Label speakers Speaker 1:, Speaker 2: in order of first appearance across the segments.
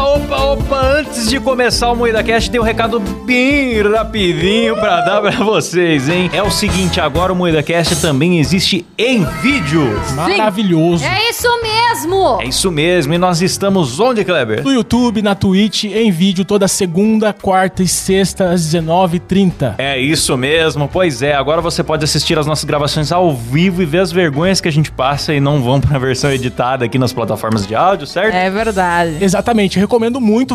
Speaker 1: Opa, antes de começar o Moeda Cast, tem um recado bem rapidinho pra dar pra vocês, hein? É o seguinte, agora o Moeda Cast também existe em vídeo.
Speaker 2: Maravilhoso.
Speaker 3: É isso mesmo!
Speaker 1: É isso mesmo, e nós estamos onde, Kleber?
Speaker 2: No YouTube, na Twitch, em vídeo, toda segunda, quarta e sexta, às 19h30.
Speaker 1: É isso mesmo, pois é. Agora você pode assistir as nossas gravações ao vivo e ver as vergonhas que a gente passa e não vão pra versão editada aqui nas plataformas de áudio, certo?
Speaker 3: É verdade.
Speaker 2: Exatamente, recomendo muito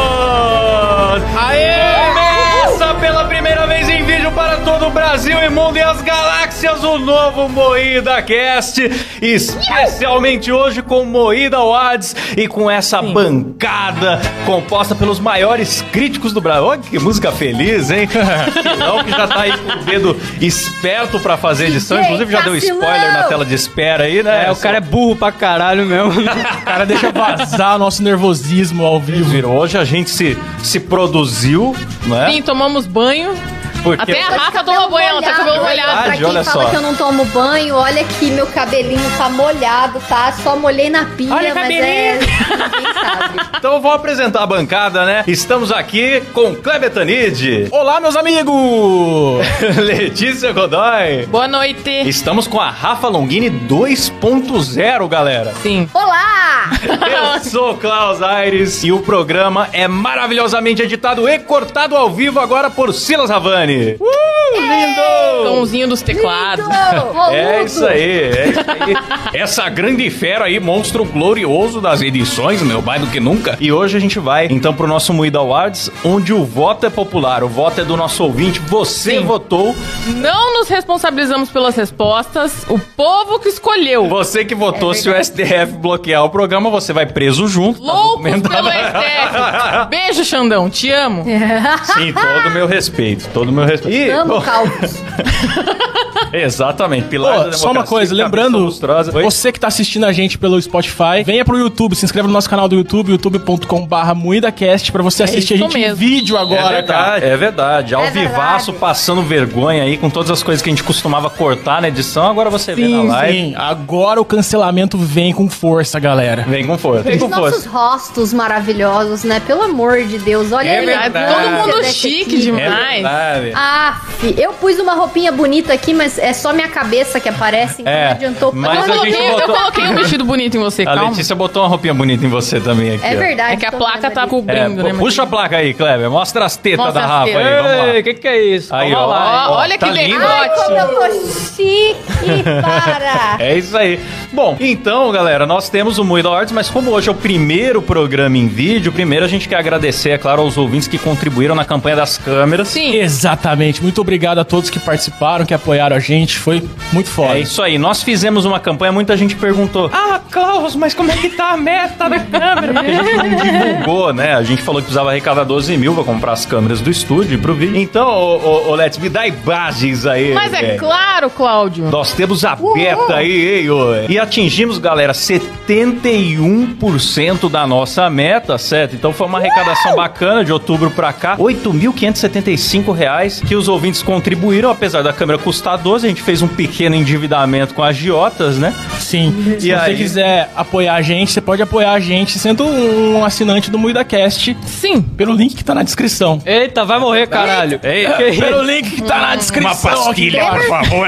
Speaker 1: Carniceiros! Começa pela primeira vez em vídeo para todo o Brasil e mundo e as galáxias, o novo Moída Cast, especialmente hoje com Moída Wads e com essa bancada composta pelos maiores críticos do Brasil. Olha que música feliz, hein? Não que já tá aí com o dedo esperto pra fazer edição, inclusive já deu spoiler na tela de espera aí, né?
Speaker 4: É, o cara é burro pra caralho mesmo. né?
Speaker 2: O cara deixa vazar nosso nervosismo ao vivo.
Speaker 1: Viram, Hoje a gente se, se produziu, né?
Speaker 4: Sim, tomamos banho.
Speaker 1: Porque
Speaker 4: Até a
Speaker 3: Tá de
Speaker 4: Rafa
Speaker 3: cabelo
Speaker 4: tomou banho, ela tá com o cabelo
Speaker 3: molhado.
Speaker 4: molhado.
Speaker 3: Pra quem
Speaker 1: olha
Speaker 3: fala
Speaker 1: só.
Speaker 3: que eu não tomo banho, olha que meu cabelinho tá molhado, tá? Só molhei na pia,
Speaker 4: Olha o
Speaker 3: mas é...
Speaker 4: cabelinho.
Speaker 3: Ninguém sabe.
Speaker 1: Então eu vou apresentar a bancada, né? Estamos aqui com Kleber Tanid,
Speaker 2: Olá, meus amigos!
Speaker 1: Letícia Godoy.
Speaker 4: Boa noite.
Speaker 1: Estamos com a Rafa Longini 2.0, galera.
Speaker 4: Sim.
Speaker 3: Olá!
Speaker 1: Eu sou o Klaus Aires e o programa é maravilhosamente editado e cortado ao vivo agora por Silas Havani. Uh, lindo!
Speaker 4: Tomzinho dos teclados.
Speaker 3: Lindo!
Speaker 1: É isso aí, é isso aí. Essa grande fera aí, monstro glorioso das edições, meu, mais do que nunca. E hoje a gente vai, então, pro nosso Moída Awards, onde o voto é popular, o voto é do nosso ouvinte. Você
Speaker 4: Sim.
Speaker 1: votou,
Speaker 4: Não nos responsabilizamos pelas respostas. O povo que escolheu.
Speaker 1: você que
Speaker 2: É
Speaker 1: votou. se o STF bloquear o programa, você vai preso junto. tá
Speaker 4: Loucos
Speaker 1: documentado.
Speaker 4: pelo STF. Beijo, Xandão. Te amo.
Speaker 3: É.
Speaker 1: Sim, todo o meu respeito, todo o meu respeito. E,
Speaker 3: Amo calvos.
Speaker 1: exatamente, pilar da
Speaker 2: Pô, só uma
Speaker 1: democracia,
Speaker 2: coisa,
Speaker 1: cabeça
Speaker 2: lembrando,
Speaker 1: lustrosa. Oi?
Speaker 2: você que tá assistindo a gente pelo Spotify, venha pro YouTube, se inscreva no nosso canal do YouTube, youtube.com.br MuidaCast, pra você assistir a
Speaker 4: É isso
Speaker 2: gente em
Speaker 4: mesmo.
Speaker 2: vídeo agora,
Speaker 1: é
Speaker 2: cara.
Speaker 1: verdade, é verdade. Ao
Speaker 3: É
Speaker 1: vivaço,
Speaker 3: verdade.
Speaker 1: passando vergonha aí com todas as coisas que a gente costumava cortar na edição, agora você vê é na
Speaker 2: Sim,
Speaker 1: live.
Speaker 2: sim, agora o cancelamento vem com força, galera.
Speaker 1: Vem com força. Vem
Speaker 3: Os
Speaker 1: com
Speaker 3: nossos
Speaker 1: força.
Speaker 3: rostos maravilhosos, né? Pelo amor de Deus, olha
Speaker 1: É
Speaker 3: aí.
Speaker 1: verdade.
Speaker 4: Todo mundo
Speaker 3: Desse
Speaker 4: chique
Speaker 3: aqui.
Speaker 4: demais.
Speaker 1: É verdade.
Speaker 4: Ah,
Speaker 3: Aff, eu pus uma roupinha bonita aqui, mas é só minha cabeça que aparece, então
Speaker 1: É,
Speaker 3: não adiantou
Speaker 1: mas
Speaker 4: Eu
Speaker 1: a gente
Speaker 4: coloquei, eu
Speaker 1: botou-
Speaker 4: coloquei um vestido bonito em você,
Speaker 1: A
Speaker 4: calma.
Speaker 1: Letícia botou uma roupinha bonita em você também aqui.
Speaker 3: É
Speaker 1: ó.
Speaker 3: verdade.
Speaker 4: É que a
Speaker 3: tô
Speaker 4: placa
Speaker 3: vendo
Speaker 4: tá
Speaker 3: ali.
Speaker 1: É,
Speaker 4: cobrindo, né?
Speaker 1: pô, puxa a placa aí, Kleber. Mostra as tetas
Speaker 4: Mostra
Speaker 1: da
Speaker 4: as
Speaker 1: Rafa
Speaker 4: tetas.
Speaker 1: aí. Vamos lá.
Speaker 5: Ei, o que, que é isso?
Speaker 1: Aí,
Speaker 5: Vamos
Speaker 1: ó.
Speaker 5: lá.
Speaker 4: Ó, olha
Speaker 1: tá
Speaker 4: que
Speaker 1: lindo.
Speaker 4: legal.
Speaker 3: Ai, como eu tô chique, para!
Speaker 1: É isso aí. Bom, então, galera, nós temos o Moída Awards, mas como hoje é o primeiro programa em vídeo, primeiro a gente quer agradecer, é claro, aos ouvintes que contribuíram na campanha das câmeras.
Speaker 4: Sim.
Speaker 2: Exatamente, muito obrigado a todos que participaram, que apoiaram a gente, foi muito foda.
Speaker 1: É isso aí, nós fizemos uma campanha, muita gente perguntou: Ah, Klaus, mas como é que tá a meta da câmera? Porque a gente não divulgou, né? A gente falou que precisava arrecadar 12 mil pra comprar as câmeras do estúdio e pro vídeo. Então, ô, ô, ô, Let's me dá imagens aí.
Speaker 4: Mas é
Speaker 1: velho.
Speaker 4: claro, Cláudio.
Speaker 1: Nós temos a beta aí, hein, ô. E atingimos, galera, 71% da nossa meta, certo? Então foi uma arrecadação bacana de outubro pra cá. R$ 8.575 reais que os ouvintes contribuíram, apesar da câmera custar 12, a gente fez um pequeno endividamento com as giotas, né?
Speaker 2: Sim,
Speaker 4: Uhum.
Speaker 2: se
Speaker 1: E
Speaker 2: você
Speaker 1: aí?
Speaker 2: quiser apoiar a gente, você pode apoiar a gente sendo um assinante do MuidaCast
Speaker 4: Sim.
Speaker 2: pelo link que tá na descrição.
Speaker 5: Eita, vai morrer, caralho. é
Speaker 1: Ei,
Speaker 2: Pelo link que tá na descrição. aqui,
Speaker 1: por favor.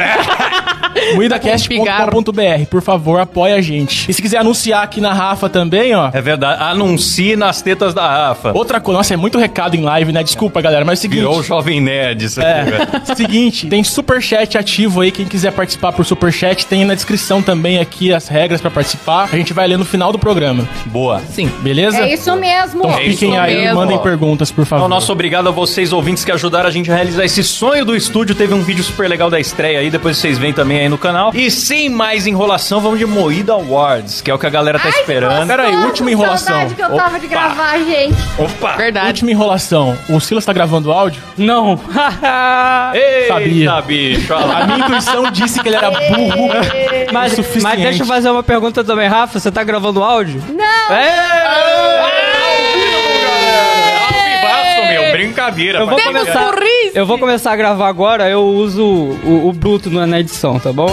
Speaker 2: MuidaCast.com.br, por favor, apoia a gente. E se quiser anunciar aqui na Rafa também, ó.
Speaker 1: É verdade. Anuncie nas tetas da Rafa.
Speaker 2: Outra coisa, nossa, é muito recado em live, né? Desculpa, galera, mas é o seguinte.
Speaker 1: Virou o Jovem Nerd isso aqui, velho.
Speaker 2: Seguinte, tem superchat ativo aí. Quem quiser participar por superchat, tem na descrição também aqui as regras pra participar. A gente vai ler no final do programa,
Speaker 1: Boa.
Speaker 5: Sim.
Speaker 2: beleza?
Speaker 6: É isso mesmo.
Speaker 2: Então
Speaker 1: É isso
Speaker 2: fiquem aí,
Speaker 4: mesmo.
Speaker 2: mandem perguntas, por favor.
Speaker 1: Então, nosso obrigado a vocês, ouvintes, que ajudaram a gente a realizar esse sonho do estúdio. Teve um vídeo super legal da estreia aí, depois vocês veem também aí no canal. E sem mais enrolação, vamos de Moída Awards, que é o que a galera tá esperando.
Speaker 2: Pera aí,
Speaker 3: Nossa,
Speaker 2: última
Speaker 3: que
Speaker 2: enrolação.
Speaker 3: saudade que eu tava de gravar, gente.
Speaker 1: Opa!
Speaker 4: Verdade.
Speaker 2: Última enrolação. O Silas tá gravando áudio?
Speaker 5: Não.
Speaker 1: Eita,
Speaker 2: Sabia.
Speaker 1: tá, bicho, olha
Speaker 2: A
Speaker 1: lá.
Speaker 2: minha intuição disse que ele era burro.
Speaker 5: mas,
Speaker 2: Insuficiente.
Speaker 5: mas deixa eu fazer uma pergunta também, Rafa. Você tá gravando áudio? É? Não.
Speaker 1: Ao vivaço, meu, brincadeira.
Speaker 5: Eu vou
Speaker 1: parceiro.
Speaker 4: Temos
Speaker 5: começar.
Speaker 4: sorriso.
Speaker 5: Eu vou começar a gravar agora, eu uso o, o bruto na na edição, tá bom?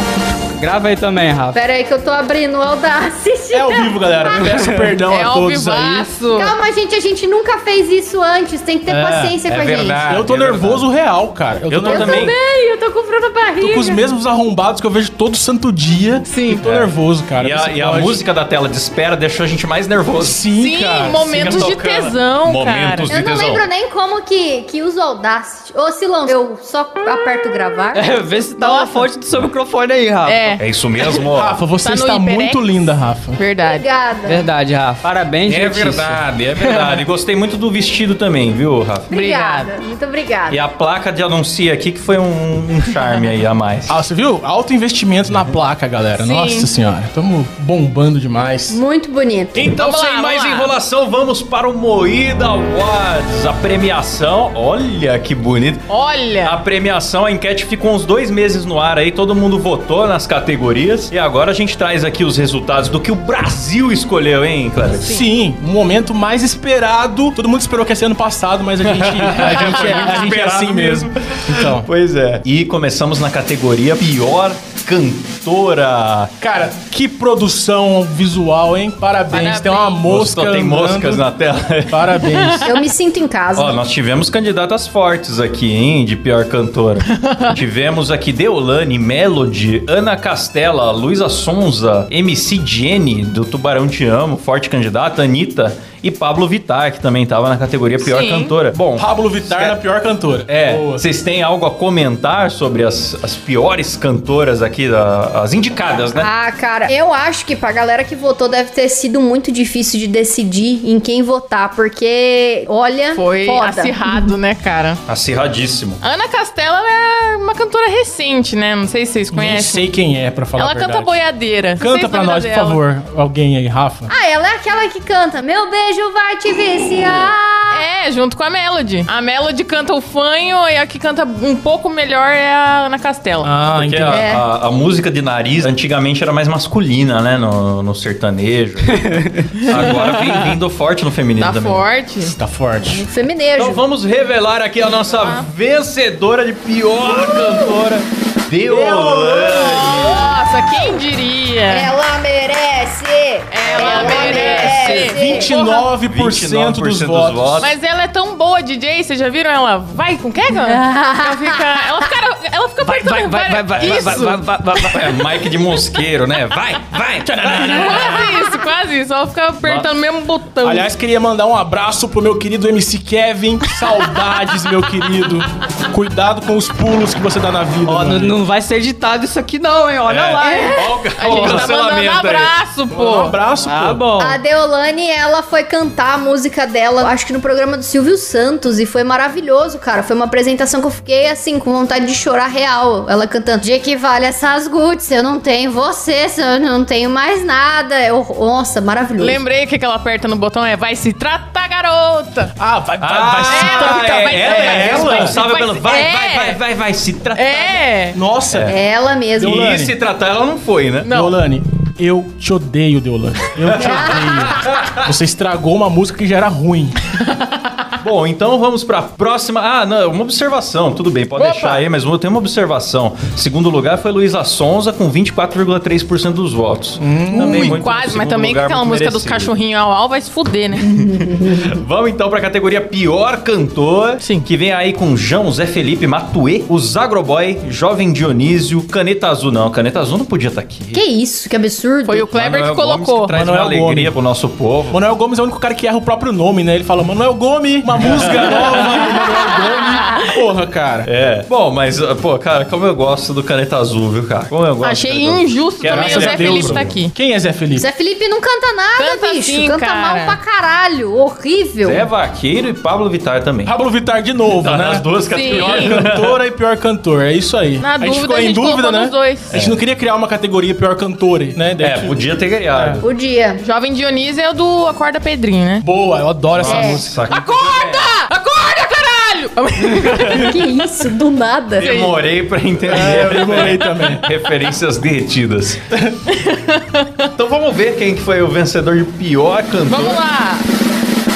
Speaker 5: Grava aí também, Rafa.
Speaker 3: Pera aí que eu tô abrindo o Audacity.
Speaker 2: É ao vivo, galera. Peço perdão
Speaker 4: É
Speaker 2: a
Speaker 4: ao
Speaker 2: todos aí.
Speaker 4: vivaço.
Speaker 3: Calma, gente, a gente nunca fez isso antes. Tem que ter
Speaker 2: É,
Speaker 3: paciência
Speaker 1: é
Speaker 3: com a
Speaker 1: verdade.
Speaker 2: Eu tô
Speaker 1: É verdade.
Speaker 2: nervoso real, cara.
Speaker 1: Eu tô
Speaker 2: nervoso.
Speaker 3: gente.
Speaker 1: também.
Speaker 3: Também, eu tô com frio na barriga.
Speaker 2: Tô com os mesmos arrombados que eu vejo todo santo dia. Sim. é. E tô nervoso, cara.
Speaker 1: E
Speaker 2: Você
Speaker 1: a, e a
Speaker 2: pode-
Speaker 1: música da tela de espera deixou a gente mais nervoso.
Speaker 2: Sim,
Speaker 4: Sim,
Speaker 2: assim, cara.
Speaker 4: momentos
Speaker 1: siga
Speaker 4: de
Speaker 1: tocando.
Speaker 4: tesão,
Speaker 1: Momentos
Speaker 4: cara.
Speaker 3: Eu não
Speaker 1: Tesão.
Speaker 3: lembro nem como que, que usa o Audacity. Ô, Silão, eu só aperto gravar.
Speaker 5: É, vê se tá uma fonte do seu microfone aí, Rafa.
Speaker 4: É,
Speaker 1: É isso mesmo, ó.
Speaker 2: Rafa, você
Speaker 4: Tá no
Speaker 2: está
Speaker 4: HyperX?
Speaker 2: muito linda, Rafa.
Speaker 4: verdade.
Speaker 3: Obrigada.
Speaker 5: Verdade, Rafa. Parabéns,
Speaker 1: É
Speaker 5: Letícia.
Speaker 1: verdade, é verdade. E Gostei muito do vestido também, viu, Rafa?
Speaker 3: Obrigada. Muito obrigada.
Speaker 1: E a placa de anuncia aqui que foi um, um charme aí a mais.
Speaker 2: Ah, você viu? Alto investimento na placa, galera.
Speaker 4: Sim.
Speaker 2: Nossa senhora. Tamo bombando demais.
Speaker 3: Muito bonito.
Speaker 1: Então,
Speaker 4: Vamos lá,
Speaker 1: sem
Speaker 4: vamos
Speaker 1: mais
Speaker 4: lá.
Speaker 1: enrolação, vamos para o Moída Awards, a premiação. Olha que bonito.
Speaker 4: Olha.
Speaker 1: A premiação, a enquete ficou uns dois meses no ar aí, todo mundo votou nas categorias. E agora a gente traz aqui os resultados do que o Brasil escolheu, hein, Cleber?
Speaker 2: Sim, um momento mais esperado. Todo mundo esperou que ia ser ano passado, mas a gente, a gente, é, a gente é
Speaker 1: Esperado
Speaker 2: assim mesmo. Então,
Speaker 1: Pois é. E começamos na categoria pior cantora.
Speaker 2: cara, que produção visual, hein? Parabéns.
Speaker 4: Parabéns.
Speaker 2: Tem uma mosca.
Speaker 1: Gostou? tem
Speaker 2: andando.
Speaker 1: moscas na tela.
Speaker 2: Parabéns.
Speaker 3: Eu me sinto em casa.
Speaker 1: Ó, nós tivemos candidatas fortes aqui, hein, de pior cantora. tivemos aqui Deolane, Melody, Ana Castela, Luísa Sonza, MC Jenny, do Tubarão Te Amo, forte candidata, Anitta e Pablo Vittar, que também tava na categoria pior
Speaker 4: Sim.
Speaker 1: cantora. Bom,
Speaker 2: Pablo Vittar na pior cantora.
Speaker 1: é,
Speaker 2: Boa.
Speaker 1: vocês têm algo a comentar sobre as, as piores cantoras aqui, da- as indicadas, né?
Speaker 3: Ah, cara, eu acho que pra galera que votou deve ter sido muito difícil de decidir em quem votar, porque, olha,
Speaker 4: Foi
Speaker 3: foda.
Speaker 4: acirrado, né, cara?
Speaker 1: Acirradíssimo.
Speaker 4: Ana Castela ela é uma cantora recente, né? Não sei se vocês
Speaker 2: Nem
Speaker 4: conhecem.
Speaker 2: sei quem é, pra falar
Speaker 4: Ela
Speaker 2: a verdade.
Speaker 4: canta boiadeira. Não sei
Speaker 2: Canta
Speaker 4: se
Speaker 2: pra
Speaker 4: lembra
Speaker 2: nós, por
Speaker 4: dela.
Speaker 2: favor, alguém aí, Rafa.
Speaker 3: Ah, ela é aquela que canta Meu beijo vai te viciar.
Speaker 4: É, junto com a Melody. A Melody canta o fanho e a que canta um pouco melhor é a Ana Castela.
Speaker 2: Ah,
Speaker 1: Porque
Speaker 2: entendi.
Speaker 1: a,
Speaker 3: É.
Speaker 1: a- a música de nariz antigamente era mais masculina, né? No, no sertanejo. Agora vem vindo forte no feminino
Speaker 4: tá
Speaker 1: também.
Speaker 4: forte.
Speaker 2: Tá forte.
Speaker 3: Feminejo.
Speaker 1: Então vamos revelar aqui a nossa
Speaker 4: Ah.
Speaker 1: vencedora de pior cantora, Deolane.
Speaker 4: Nossa, quem diria?
Speaker 3: Ela merece.
Speaker 4: Ela merece.
Speaker 2: 29%,
Speaker 1: 29%
Speaker 2: dos,
Speaker 1: dos
Speaker 2: votos.
Speaker 1: votos.
Speaker 4: Mas ela é tão boa, DJ, vocês já viram ela? Vai com quem? cara? Ela fica, ela fica, ela fica
Speaker 5: Vai, vai,
Speaker 4: apertando
Speaker 5: vai, vai, vai, vai,
Speaker 4: várias-
Speaker 5: vai,
Speaker 4: Então, Isso.
Speaker 5: vai, vai, vai, vai.
Speaker 1: É Mike de Mosqueiro, né? Vai, vai.
Speaker 4: Quase isso, quase isso. Ela fica apertando o mesmo botão.
Speaker 2: Aliás, queria mandar um abraço pro meu querido MC Kevin. Saudades, meu querido. Cuidado com os pulos que você dá na vida.
Speaker 5: Ó,
Speaker 2: mano.
Speaker 5: não, não vai ser editado isso aqui não, hein? Olha
Speaker 1: É.
Speaker 5: lá, hein?
Speaker 1: Olha
Speaker 4: a gente tá mandando abraço,
Speaker 2: Um
Speaker 4: pô.
Speaker 2: abraço,
Speaker 5: Tá
Speaker 1: Ah,
Speaker 2: pô.
Speaker 5: bom.
Speaker 3: A Deolane, ela foi cantar a música dela, acho que no programa do Silvio Santos, e foi maravilhoso, cara. Foi uma apresentação que eu fiquei, assim, com vontade de chorar real. Ela cantando, de que vale essas Gucci, eu não tenho você, eu não tenho mais nada. Eu, nossa, maravilhoso.
Speaker 4: Lembrei que ela aperta no botão é vai se tratar, garota. Então,
Speaker 2: Ah, vai, vai, vai se
Speaker 1: Ah,
Speaker 2: tratar.
Speaker 1: é,
Speaker 4: vai-
Speaker 1: ela é
Speaker 4: vai- vai-
Speaker 1: responsável
Speaker 4: vai-
Speaker 1: pelo... Vai,
Speaker 4: é.
Speaker 1: vai, vai, vai, vai, se tratar.
Speaker 4: É.
Speaker 2: Nossa.
Speaker 3: Ela mesma.
Speaker 2: Deolane.
Speaker 1: E se tratar ela não foi, né?
Speaker 4: Não.
Speaker 2: Deolane, eu te odeio, Deolane. Eu te odeio. Você estragou uma música que já era ruim.
Speaker 1: Bom, então vamos pra próxima. Ah, não, uma observação. Tudo bem, pode
Speaker 2: Opa!
Speaker 1: deixar aí, mas eu tenho uma observação. Segundo lugar foi Luísa Sonza com 24,3% dos votos.
Speaker 4: Ui,
Speaker 1: muito-
Speaker 4: quase,
Speaker 1: segundo
Speaker 4: mas Hum, também que
Speaker 1: lugar,
Speaker 4: aquela
Speaker 1: muito
Speaker 4: música dos
Speaker 1: merecido.
Speaker 4: cachorrinhos ao ao vai se fuder, né?
Speaker 1: Vamos então pra categoria pior cantor.
Speaker 4: Sim.
Speaker 1: Que vem aí com João, Zé Felipe, Matuê, o Zagroboy, Jovem Dionísio, Caneta Azul. Não, Caneta Azul não podia estar aqui.
Speaker 3: Que isso, que absurdo.
Speaker 4: Foi o Kleber
Speaker 1: Manoel
Speaker 4: que
Speaker 1: Gomes
Speaker 4: colocou.
Speaker 1: traz
Speaker 2: Manoel
Speaker 1: uma alegria
Speaker 2: Gomes.
Speaker 1: pro nosso povo.
Speaker 2: Manuel Gomes é o único cara que erra o próprio nome, né? Ele fala Manuel Gomes,
Speaker 1: É.
Speaker 2: uma música nova, Manuel Gomes. Porra, cara.
Speaker 1: É. Bom, mas, pô, cara, como eu gosto do Caneta Azul, viu, cara? Como eu gosto.
Speaker 4: Achei
Speaker 1: do Caneta Azul.
Speaker 4: injusto
Speaker 1: Quero
Speaker 4: também o
Speaker 1: agradecer
Speaker 4: Zé
Speaker 1: a é Deus,
Speaker 4: Felipe
Speaker 1: mano.
Speaker 4: tá aqui.
Speaker 2: Quem é Zé Felipe?
Speaker 3: Zé Felipe não canta nada,
Speaker 4: Canta
Speaker 3: bicho.
Speaker 4: sim,
Speaker 3: canta
Speaker 4: cara.
Speaker 3: mal pra caralho. Horrível.
Speaker 1: Zé Vaqueiro e Pablo Vittar também.
Speaker 2: Pablo Vittar de novo,
Speaker 1: Tá
Speaker 2: né?
Speaker 1: nas duas categorias.
Speaker 4: Sim.
Speaker 2: Pior cantora e pior cantor, é isso aí.
Speaker 4: Na
Speaker 2: a gente
Speaker 4: dúvida,
Speaker 2: ficou
Speaker 4: a
Speaker 2: em
Speaker 4: gente
Speaker 2: dúvida,
Speaker 4: colocou
Speaker 2: né?
Speaker 4: nos dois.
Speaker 2: A gente não queria criar uma categoria pior cantora, né? Daí a
Speaker 1: É,
Speaker 2: gente-
Speaker 1: podia ter ganhado.
Speaker 3: O dia.
Speaker 4: Jovem Dionísio é o do Acorda Pedrinho, né?
Speaker 2: Boa, eu adoro essa
Speaker 4: É.
Speaker 2: música.
Speaker 1: Nossa, que
Speaker 4: Acorda! Acorda, caralho!
Speaker 3: que isso, do nada.
Speaker 1: demorei pra entender.
Speaker 2: É, eu demorei também.
Speaker 1: Referências derretidas. então vamos ver quem que foi o vencedor de pior
Speaker 4: Vamos
Speaker 1: cantor.
Speaker 4: lá!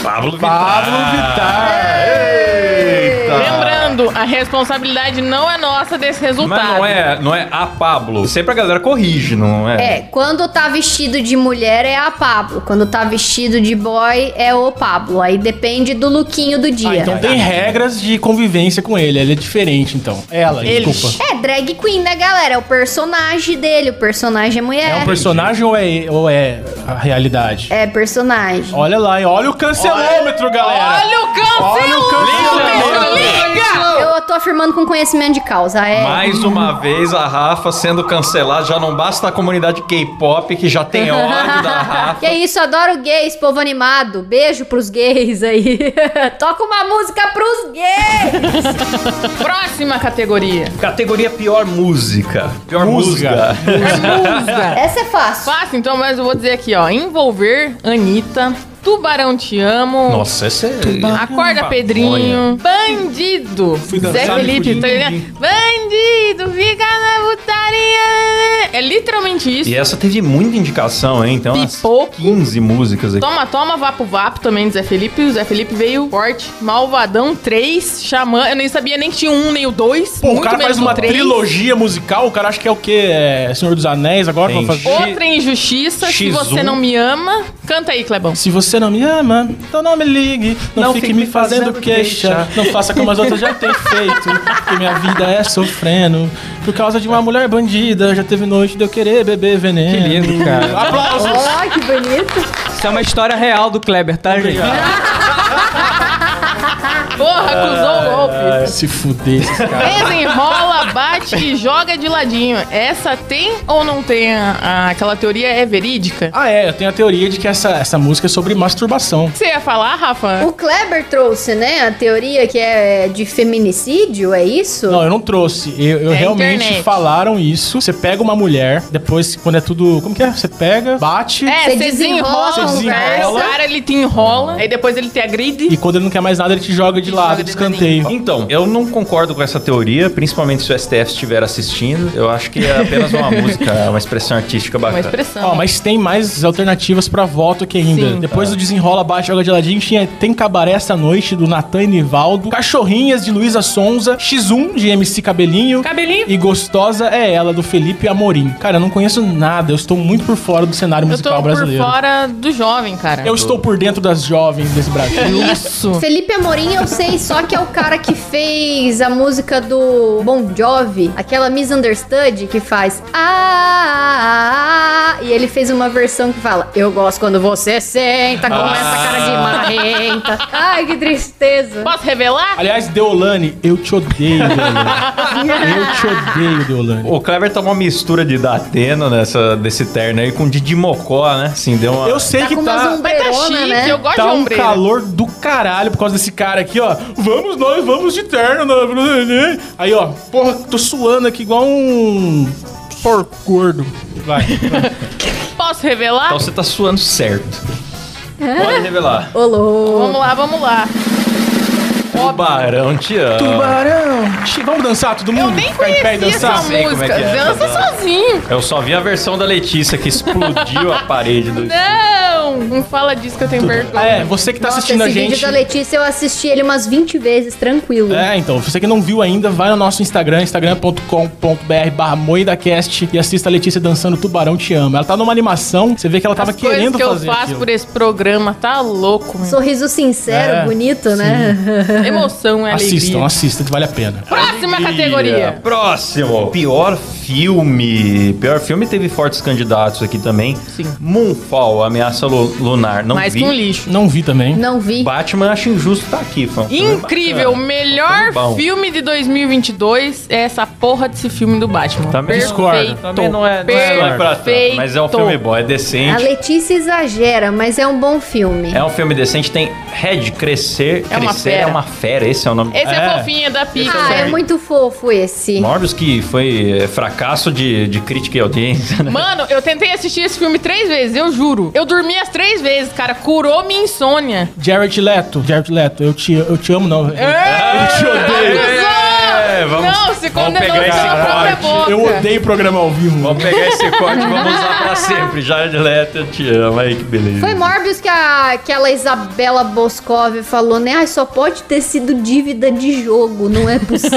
Speaker 1: Pablo Vittar.
Speaker 2: Pablo Vittar.
Speaker 1: Eita.
Speaker 4: Lembrando, a responsabilidade não é nossa desse resultado.
Speaker 1: Mas não é, não é a Pablo. Sempre a galera corrige, não é?
Speaker 3: É, quando tá vestido de mulher é a Pablo. Quando tá vestido de boy é o Pablo. Aí depende do lookinho do dia.
Speaker 2: Ah,
Speaker 4: É.
Speaker 2: então tem regras de convivência com ele. Ele é diferente, então. Ela,
Speaker 4: Ele.
Speaker 2: desculpa.
Speaker 3: É drag queen, né, galera? É o personagem dele. O personagem é mulher.
Speaker 2: É um personagem ou é, ou é a realidade?
Speaker 3: É personagem.
Speaker 2: Olha lá, hein? Olha o cancelômetro, galera.
Speaker 4: Olha o
Speaker 2: Olha o cancelômetro.
Speaker 4: cancelamento! Liga!
Speaker 3: Eu tô afirmando com conhecimento de causa. É.
Speaker 1: Mais uma vez a Rafa sendo cancelada. Já não basta a comunidade K-pop que já tem ódio da
Speaker 3: que é
Speaker 1: Rafa.
Speaker 3: isso, adoro gays, povo animado. Beijo pros gays aí. Toca uma música pros gays.
Speaker 4: Próxima categoria.
Speaker 1: Categoria pior música. Pior
Speaker 2: Música.
Speaker 1: música.
Speaker 3: Essa é fácil.
Speaker 4: Fácil, então, mas eu vou dizer aqui, ó. Envolver, Anitta, Tubarão Te Amo.
Speaker 1: Nossa, essa é.
Speaker 4: Acorda,
Speaker 1: Pamonha.
Speaker 4: Pedrinho. Bandido. Zé
Speaker 2: dançar,
Speaker 4: Felipe.
Speaker 2: me
Speaker 4: Tá
Speaker 2: fudi.
Speaker 4: ligado? Bandido, fica na putaria. É literalmente isso.
Speaker 2: assim.
Speaker 1: E essa teve muita indicação, hein? Então, umas
Speaker 4: Pipou.
Speaker 1: 15 músicas aqui.
Speaker 4: Toma, toma, vapo, vapo também do Zé Felipe. O Zé Felipe veio forte. Malvadão 3, Xamã. Eu nem sabia nem que tinha um, nem o 2.
Speaker 2: Pô, o cara faz uma
Speaker 4: três.
Speaker 2: trilogia musical, o cara acha que é o quê? É Senhor dos Anéis agora pra
Speaker 1: Tem
Speaker 2: fazer.
Speaker 4: Outra injustiça, se
Speaker 1: X1.
Speaker 4: você não me ama. Canta aí, Clebão.
Speaker 2: Se você não me ama, então não me ligue. Não,
Speaker 1: Não
Speaker 2: fique,
Speaker 1: fique
Speaker 2: me fazendo,
Speaker 1: fazendo
Speaker 2: queixa. Não faça como as outras já têm feito. Porque minha vida é sofrendo. Por causa de uma mulher bandida, já teve noite de eu querer beber veneno.
Speaker 5: Que lindo, cara.
Speaker 2: Aplausos!
Speaker 3: Ó, que bonito.
Speaker 5: Isso é uma história real do Kleber, tá, gente?
Speaker 4: Porra, acusou o golpe.
Speaker 2: Se fuder. esses caras.
Speaker 4: Desenrola, bate e joga de ladinho. Essa tem ou não tem? a- a- aquela teoria é verídica?
Speaker 2: Ah, é, eu tenho a teoria de que essa, essa música é sobre masturbação.
Speaker 4: O que você ia falar, Rafa?
Speaker 3: O Kleber trouxe, né, a teoria que é de feminicídio, é isso?
Speaker 2: Não, eu não trouxe. Eu, eu
Speaker 4: É
Speaker 2: realmente
Speaker 4: internet.
Speaker 2: falaram isso. Você pega uma mulher, depois, quando é tudo. Como que é? Você pega, bate.
Speaker 4: É,
Speaker 3: Você
Speaker 4: você desenrola,
Speaker 3: desenrola,
Speaker 4: conversa, o
Speaker 2: desenrola.
Speaker 4: cara ele te enrola, aí depois ele te agride.
Speaker 2: E quando ele não quer mais nada, ele te joga de
Speaker 4: Te
Speaker 2: lado,
Speaker 4: joga
Speaker 2: de
Speaker 4: de
Speaker 2: escanteio.
Speaker 1: Então, eu não concordo com essa teoria, principalmente se o STF estiver assistindo. Eu acho que é apenas uma música, é uma expressão artística
Speaker 4: Uma
Speaker 1: bacana.
Speaker 4: expressão.
Speaker 2: Ó, mas tem mais alternativas pra voto aqui ainda.
Speaker 4: Sim.
Speaker 2: Depois do desenrola, bate, joga de ladinho. Tinha, tem Cabaré essa noite do Natan e Nivaldo. Cachorrinhas de Luísa Sonza. X1 de MC Cabelinho.
Speaker 4: Cabelinho.
Speaker 2: E Gostosa é ela, do Felipe Amorim. Cara, eu não conheço nada. Eu estou muito por fora do cenário
Speaker 4: Eu tô
Speaker 2: musical
Speaker 4: por
Speaker 2: brasileiro.
Speaker 4: fora do jovem, cara.
Speaker 2: Eu estou por dentro das jovens desse Brasil.
Speaker 4: Isso.
Speaker 3: Felipe Amorim, eu sei só que é o cara que fez a música do Bon Jovi, aquela Misunderstood que faz ah, ah, ah, ah", e ele fez uma versão que fala eu gosto quando você senta com
Speaker 2: Ah.
Speaker 3: essa cara de marrenta. Ai, que tristeza.
Speaker 4: Posso revelar?
Speaker 2: Aliás, Deolane, eu te odeio, Deolane. Eu te odeio, Deolane.
Speaker 1: O Kleber tá uma mistura de Datena nessa, desse terno aí com Didi Mocó, né? Assim, deu uma.
Speaker 2: Eu sei
Speaker 3: Tá
Speaker 2: que
Speaker 3: com umas
Speaker 2: tá.
Speaker 4: Mas tá
Speaker 3: ombreironas,
Speaker 4: chique,
Speaker 3: né?
Speaker 4: eu gosto
Speaker 2: Tá
Speaker 4: de
Speaker 2: um
Speaker 4: ombreira.
Speaker 2: calor do caralho por causa desse cara aqui, ó. Vamos nós, vamos de terno. né? Aí, ó. Porra, tô suando aqui igual um porco gordo. Vai.
Speaker 4: Posso revelar?
Speaker 2: um
Speaker 1: Então você tá suando certo. Pode revelar.
Speaker 3: Olô.
Speaker 4: Vamos lá, vamos lá.
Speaker 1: Tubarão te ama.
Speaker 2: Tubarão. Xi, Vamos dançar todo mundo?
Speaker 4: Eu nem
Speaker 2: Ficar em pé e
Speaker 4: conhecia essa
Speaker 2: Hum, dançar?
Speaker 1: Sei como
Speaker 4: música.
Speaker 1: é que é, tá
Speaker 4: Dança
Speaker 1: bom.
Speaker 4: sozinho.
Speaker 1: Eu só vi a versão da Letícia que explodiu a parede do.
Speaker 4: Não! não. Não fala disso que eu tenho vergonha.
Speaker 2: Ah, é, você que tá
Speaker 3: Nossa,
Speaker 2: assistindo a
Speaker 3: esse vídeo é
Speaker 2: gente.
Speaker 3: da Letícia, eu assisti ele umas 20 vezes, tranquilo.
Speaker 2: É, então, você que não viu ainda, vai no nosso Instagram, instagram.com.br barra moedacast e assista a Letícia dançando Tubarão Te Ama. Ela tá numa animação, você vê que ela tava
Speaker 4: As coisas
Speaker 2: querendo
Speaker 4: que eu
Speaker 2: fazer
Speaker 4: faço
Speaker 2: aquilo.
Speaker 4: por esse programa, tá louco, meu.
Speaker 3: Sorriso sincero,
Speaker 2: É,
Speaker 3: bonito, né?
Speaker 4: Emoção, é
Speaker 2: Assistam,
Speaker 4: alegria.
Speaker 2: assistam, que vale a pena.
Speaker 4: Próxima
Speaker 1: Yeah.
Speaker 4: categoria.
Speaker 1: Próximo. Pior filme. Pior filme teve fortes candidatos aqui também.
Speaker 4: Sim.
Speaker 1: Moonfall, Ameaça Lu- Lunar. Não
Speaker 4: Mais
Speaker 1: vi.
Speaker 4: que um lixo.
Speaker 2: Não vi também.
Speaker 3: Não vi.
Speaker 1: Batman, acho injusto tá aqui, fã.
Speaker 4: Incrível,
Speaker 1: É.
Speaker 4: melhor
Speaker 1: Tá Bom.
Speaker 4: filme de 2022 é essa porra desse filme do Batman.
Speaker 1: Também
Speaker 2: discordo.
Speaker 1: Tá, Também não é, não é, não é pra tanto, mas é um filme bom, é
Speaker 3: A
Speaker 1: decente.
Speaker 3: Letícia exagera, mas é um bom filme.
Speaker 1: É um filme decente, tem Red Crescer,
Speaker 4: É uma
Speaker 1: Crescer
Speaker 4: fera.
Speaker 1: é uma fera, esse é o nome.
Speaker 4: Esse é,
Speaker 2: É.
Speaker 4: fofinho, é da Pixar.
Speaker 3: ah, é muito fofo esse.
Speaker 1: Morbius que foi é, fracasso de, de crítica e audiência, né?
Speaker 4: Mano, eu tentei assistir esse filme três vezes, eu juro. Eu dormi as três vezes, cara. Curou minha insônia.
Speaker 2: Jared Leto, Jared Leto, eu te, eu te amo, não. Eu te odeio.
Speaker 1: É, vamos-
Speaker 4: não, se
Speaker 1: vamos
Speaker 4: condenou
Speaker 1: pegar
Speaker 4: pela
Speaker 1: esse
Speaker 4: própria
Speaker 1: corte.
Speaker 4: boca.
Speaker 2: Eu odeio programa ao vivo.
Speaker 1: Vamos pegar esse corte e vamos usar pra sempre. Jared Leto, eu te amo. Aí, que beleza.
Speaker 3: Foi Morbius que a, aquela Isabela Boscov falou, né? Ai, só pode ter sido dívida de jogo, não é possível.